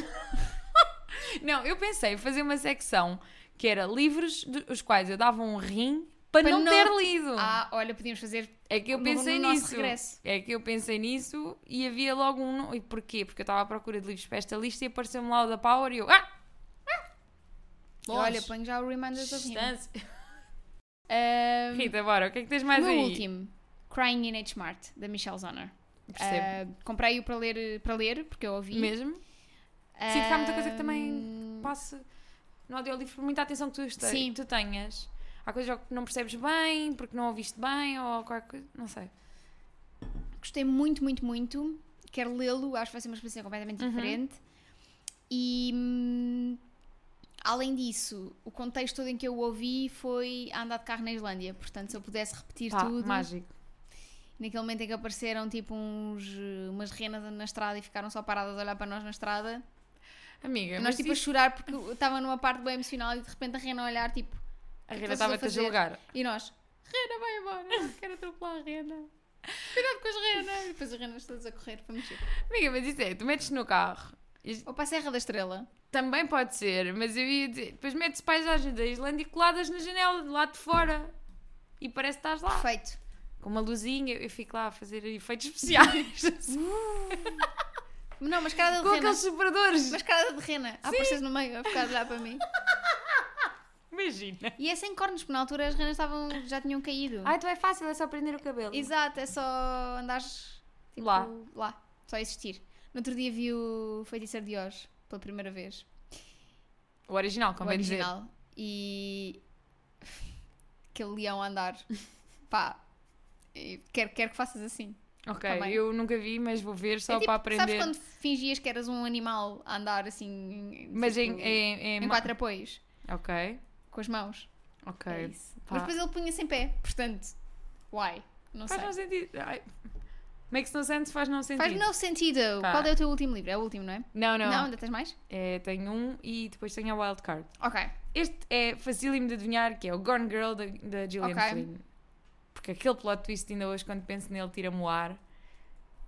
S1: Não, eu pensei em fazer uma secção que era livros de- os quais eu dava um rim para,
S2: Para
S1: não,
S2: não-
S1: ter lido.
S2: Ah, olha, podíamos fazer
S1: é que eu
S2: no-
S1: pensei
S2: no nosso
S1: nisso.
S2: regresso.
S1: É que eu pensei nisso e havia logo um. no- E porquê? Porque eu estava à procura de livros para esta lista e apareceu-me lá o da Power e eu. Ah! Ah! Longe.
S2: Olha, ponho já o Reminders of Him.
S1: Distância.
S2: Ahm,
S1: Rita, bora, o que é que tens mais
S2: o meu
S1: aí?
S2: último, Crying in H. Mart, da Michelle Zoner.
S1: Percebo.
S2: Ah, Comprei-o para ler, para ler, porque eu ouvi.
S1: Eh, Mesmo? Sinto que há muita coisa que também
S2: Ahm,
S1: passe no audiolivro muita atenção que tu, este-
S2: Sim.
S1: tu tenhas. Há coisas que não percebes bem, porque não ouviste bem, ou qualquer coisa, não sei.
S2: Gostei muito, muito, muito. Quero lê-lo, acho que vai ser uma experiência completamente
S1: Uhum.
S2: diferente. E hum, além disso, o contexto todo em que eu o ouvi foi a andar de carro na Islândia. Portanto, se eu pudesse repetir
S1: Pá,
S2: tudo,
S1: mágico.
S2: naquele momento em que apareceram tipo uns, eh, umas renas na estrada e ficaram só paradas a olhar para nós na estrada,
S1: Amiga,
S2: nós
S1: mas
S2: tipo a
S1: isso-
S2: chorar porque eu estava numa parte bem emocional e de repente a rena a olhar tipo
S1: a
S2: que
S1: Rena
S2: vocês
S1: estava
S2: a
S1: a
S2: fazer?
S1: julgar.
S2: e nós,
S1: Rena, vai embora, não quero atropelar a Rena.
S2: cuidado com as renas! E depois as renas todas a correr para mexer.
S1: Amiga, mas isso é, tu metes no carro. Isto
S2: Ou para a Serra da Estrela.
S1: Também pode ser, mas eu ia dizer, depois metes paisagens da Islândia coladas na janela, do lado de fora. E parece que estás lá.
S2: Perfeito.
S1: Com uma luzinha, eu fico lá a fazer efeitos especiais.
S2: Uh. Não, mas cara de
S1: com
S2: rena.
S1: aqueles separadores.
S2: Mascarada de rena, a aparecer no meio, a ficar a olhar para mim.
S1: Imagina.
S2: E é sem cornos, porque na altura as renas estavam, já tinham caído.
S1: Ah, então é fácil, é só prender o cabelo.
S2: Exato, é só andares tipo,
S1: Lá.
S2: lá. só existir. No outro dia vi o Feiticeiro de Oz pela primeira vez
S1: O original,
S2: o
S1: como é dizer.
S2: original. E aquele leão a andar. Pá, e quero, quero que faças assim.
S1: Ok,
S2: Tá bem.
S1: eu nunca vi, mas vou ver só
S2: É tipo,
S1: para aprender.
S2: Sabes quando fingias que eras um animal a andar assim.
S1: Mas em,
S2: tipo,
S1: em, em
S2: em
S1: ma-
S2: quatro apoios,
S1: Ok,
S2: com as mãos.
S1: ok.
S2: É isso.
S1: Pá.
S2: Mas depois ele punha-se em pé, portanto, why? Não
S1: faz
S2: sei.
S1: não sentido. Ai. Makes no sense, faz não sentido.
S2: Faz no sentido.
S1: Pá.
S2: Qual é o teu último livro? É o último, não é?
S1: Não, não.
S2: ainda tens mais?
S1: É, tenho um e depois tenho a wildcard.
S2: Ok.
S1: Este é facílimo de adivinhar, que é o Gone Girl da, da Gillian
S2: Ok.
S1: Flynn. Porque aquele plot twist ainda hoje, quando penso nele, tira-me o ar.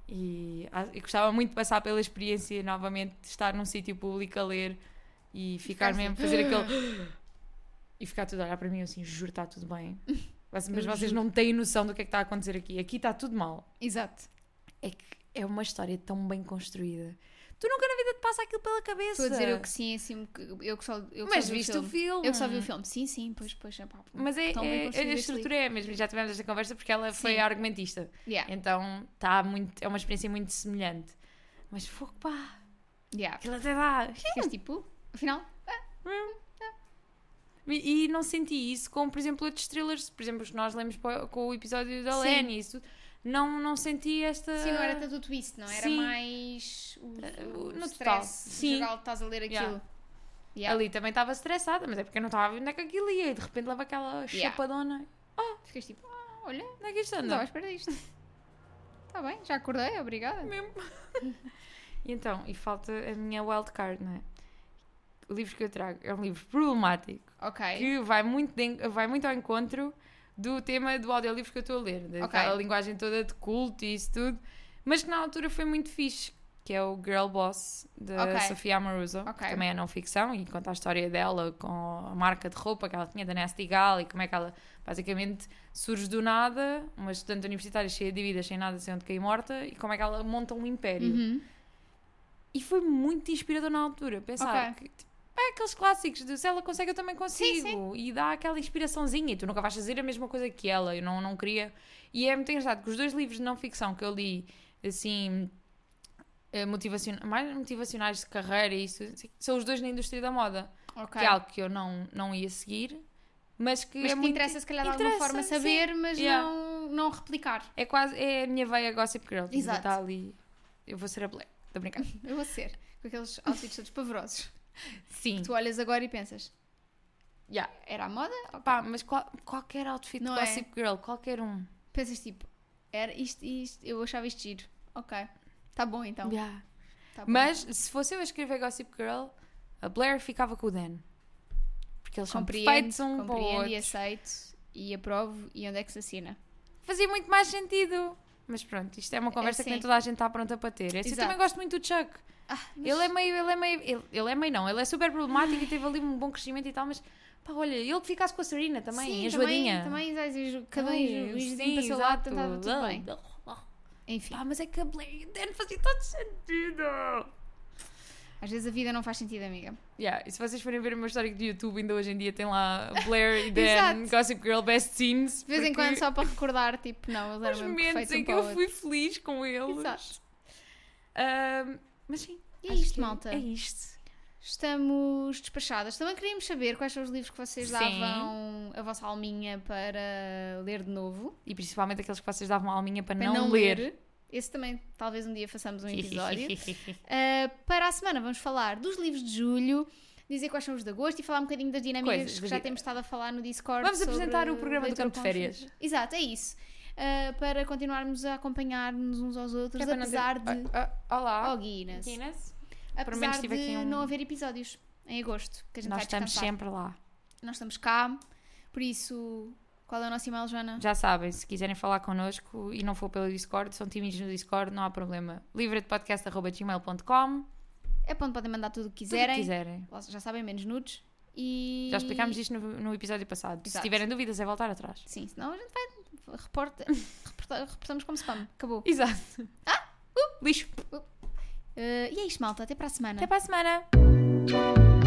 S1: E, ah, e gostava muito de passar pela experiência novamente de estar num sítio público a ler e ficar
S2: Ficar assim.
S1: mesmo, fazer aquele. e ficar tudo a olhar para mim assim, juro, está tudo bem. Mas, mas
S2: Eu
S1: vocês
S2: juro.
S1: não têm noção do que é que está a acontecer aqui. Aqui está tudo mal.
S2: Exato.
S1: É que é uma história tão bem construída. Tu nunca na vida te passa aquilo pela cabeça.
S2: Estou a dizer eu que sim, assim, que- eu que só, eu que
S1: Mas
S2: só vi
S1: viste
S2: o filme. Eu que só vi o filme. Sim, sim, pois, pois. é Pá,
S1: Mas é,
S2: tão bem
S1: é-
S2: construído
S1: a
S2: este
S1: estrutura é a mesma. Já tivemos esta conversa porque ela foi
S2: Sim.
S1: a argumentista.
S2: Yeah,
S1: Então tá muito, é uma experiência muito semelhante. Mas fogo, pá,
S2: yeah.
S1: aquilo até dá.
S2: Ficas tipo, afinal,
S1: E, e não senti isso com, por exemplo, outros thrillers. Por exemplo, os que nós lemos pa- com o episódio da
S2: Sim.
S1: Lenny. e Isso, não, não senti esta.
S2: sim, não era tanto o twist, não? Era
S1: Ah, Sim.
S2: mais o,
S1: Uh,
S2: o
S1: no total.
S2: stress
S1: Sim.
S2: geral de estás a ler
S1: Yeah.
S2: aquilo. Yeah.
S1: Ali também estava estressada, mas é porque eu não estava a ver onde é que aquilo ia. E de repente leva aquela
S2: Yeah.
S1: chapadona.
S2: Ficas tipo, ah, olha,
S1: Onde é que isto
S2: não
S1: anda?
S2: estava à espera disto. Está bem, já acordei, obrigada.
S1: mesmo. e então, e falta a minha wildcard, não é? O livro que eu trago é um livro problemático
S2: Ok,
S1: que vai muito, de en- vai muito ao encontro do tema do audiolivro que eu estou a ler, daquela
S2: Ok.
S1: linguagem toda de culto e isso tudo, mas que na altura foi muito fixe, que é o Girl Boss da
S2: Ok.
S1: Sofia Amoruso,
S2: Ok.
S1: que também é não ficção e conta a história dela com a marca de roupa que ela tinha da Nasty Gal e como é que ela basicamente surge do nada, uma estudante universitária cheia de dívidas, sem nada, sem onde cair morta, e como é que ela monta um império.
S2: Uhum.
S1: E foi muito inspirador na altura. Pensar que tipo, é aqueles clássicos de se ela consegue, eu também consigo. E dá aquela inspiraçãozinha. E tu nunca vais fazer a mesma coisa que ela. Eu não, não queria. E é muito engraçado que os dois livros de não ficção que eu li, assim, eh, motivacion... mais motivacionais de carreira, e isso, assim, são os dois na indústria da moda.
S2: ok.
S1: Que é algo que eu não, não ia seguir, mas que
S2: Mas
S1: é
S2: que te
S1: muito.
S2: interessa, se calhar, de alguma
S1: interessa,
S2: forma
S1: sim.
S2: saber, mas
S1: Yeah.
S2: não, não replicar.
S1: É quase. É a minha veia Gossip Girl.
S2: Exato.
S1: Está ali. Eu vou ser a Black. Estou a brincar.
S2: Eu vou ser. Com aqueles outfits todos pavorosos.
S1: Sim.
S2: Tu olhas agora e pensas,
S1: Yeah.
S2: era a moda?
S1: Pá, mas qual- qualquer outfit
S2: Não é?
S1: Gossip Girl, qualquer um.
S2: Pensas tipo, era isto, isto, eu achava isto giro. Ok, tá bom então.
S1: Yeah.
S2: tá bom.
S1: Mas se fosse eu a escrever Gossip Girl, a Blair ficava com o Dan. Porque eles são
S2: compreendo,
S1: perfeitos um para o
S2: compreendo e
S1: outro.
S2: aceito e aprovo e onde é que se assina?
S1: Fazia muito mais sentido. Mas pronto, isto é uma conversa que nem
S2: assim.
S1: toda a gente está pronta para ter. Esse Eu
S2: Exato.
S1: também gosto muito do Chuck.
S2: Ah,
S1: Ele é meio, ele é meio, ele, ele é meio não, ele é super problemático e teve ali um bom crescimento e tal, mas pá, olha, ele que ficasse com a Serena também, enjoadinha.
S2: Também, também exajo- cada um
S1: Ai,
S2: enjoadinho
S1: sim,
S2: para o seu lado,
S1: exato.
S2: tentava tudo bem. Enfim,
S1: Pá, mas é que a Blair e o Dan fazia todo sentido.
S2: às vezes a vida não faz sentido, amiga.
S1: Yeah, e se vocês forem ver o meu histórico de YouTube, ainda hoje em dia tem lá Blair e
S2: Exato.
S1: Dan, Gossip Girl, Best Scenes.
S2: De vez em
S1: porque
S2: quando, só para recordar, tipo, não, eles
S1: Os
S2: eram
S1: momentos
S2: mesmo perfeitos
S1: em que
S2: um para o
S1: eu
S2: outro.
S1: fui feliz com eles.
S2: Exato.
S1: Ahm, mas sim.
S2: E é
S1: acho
S2: isto,
S1: que
S2: malta.
S1: É isto.
S2: Estamos despachadas. Também queríamos saber quais são os livros que vocês
S1: Sim.
S2: davam a vossa alminha para ler de novo.
S1: E principalmente aqueles que vocês davam a alminha para,
S2: Para
S1: não, ler.
S2: Esse também, talvez um dia façamos um episódio. Uh, para a semana vamos falar dos livros de julho, dizer quais são os de agosto e falar um bocadinho das dinâmicas
S1: Coisas,
S2: que
S1: das
S2: já
S1: di-
S2: temos estado a falar no Discord.
S1: Vamos
S2: sobre
S1: apresentar o programa do
S2: leitura
S1: campo de
S2: com
S1: férias.
S2: filhos. Exato, é isso. Uh, para continuarmos a acompanhar-nos uns aos outros,
S1: Que é para não ter-
S2: apesar de.
S1: Ah, ah, olá.
S2: Oh, Guinness.
S1: Guinness. menos
S2: Apesar de
S1: tive aqui um-
S2: não haver episódios em agosto, que a gente
S1: Nós
S2: vai
S1: estamos
S2: descansar.
S1: sempre lá.
S2: Nós estamos cá, por isso, qual é o nosso e-mail, Joana?
S1: Já sabem, se quiserem falar connosco e não for pelo Discord, são tímidos no Discord, não há problema. livredepodcast.gmail.com
S2: É para onde podem mandar tudo o que
S1: Tudo o que
S2: quiserem.
S1: quiserem.
S2: Já sabem, menos nudes. E...
S1: Já explicámos isto no, no episódio passado. Se
S2: Exato.
S1: tiverem dúvidas, é voltar atrás.
S2: Sim, senão a gente vai. Reporta, reporta- reportamos como spam. Acabou.
S1: Exato. Ah! Uh, lixo.
S2: Eh, e é isto, malta. Até para a semana.
S1: Até para a semana.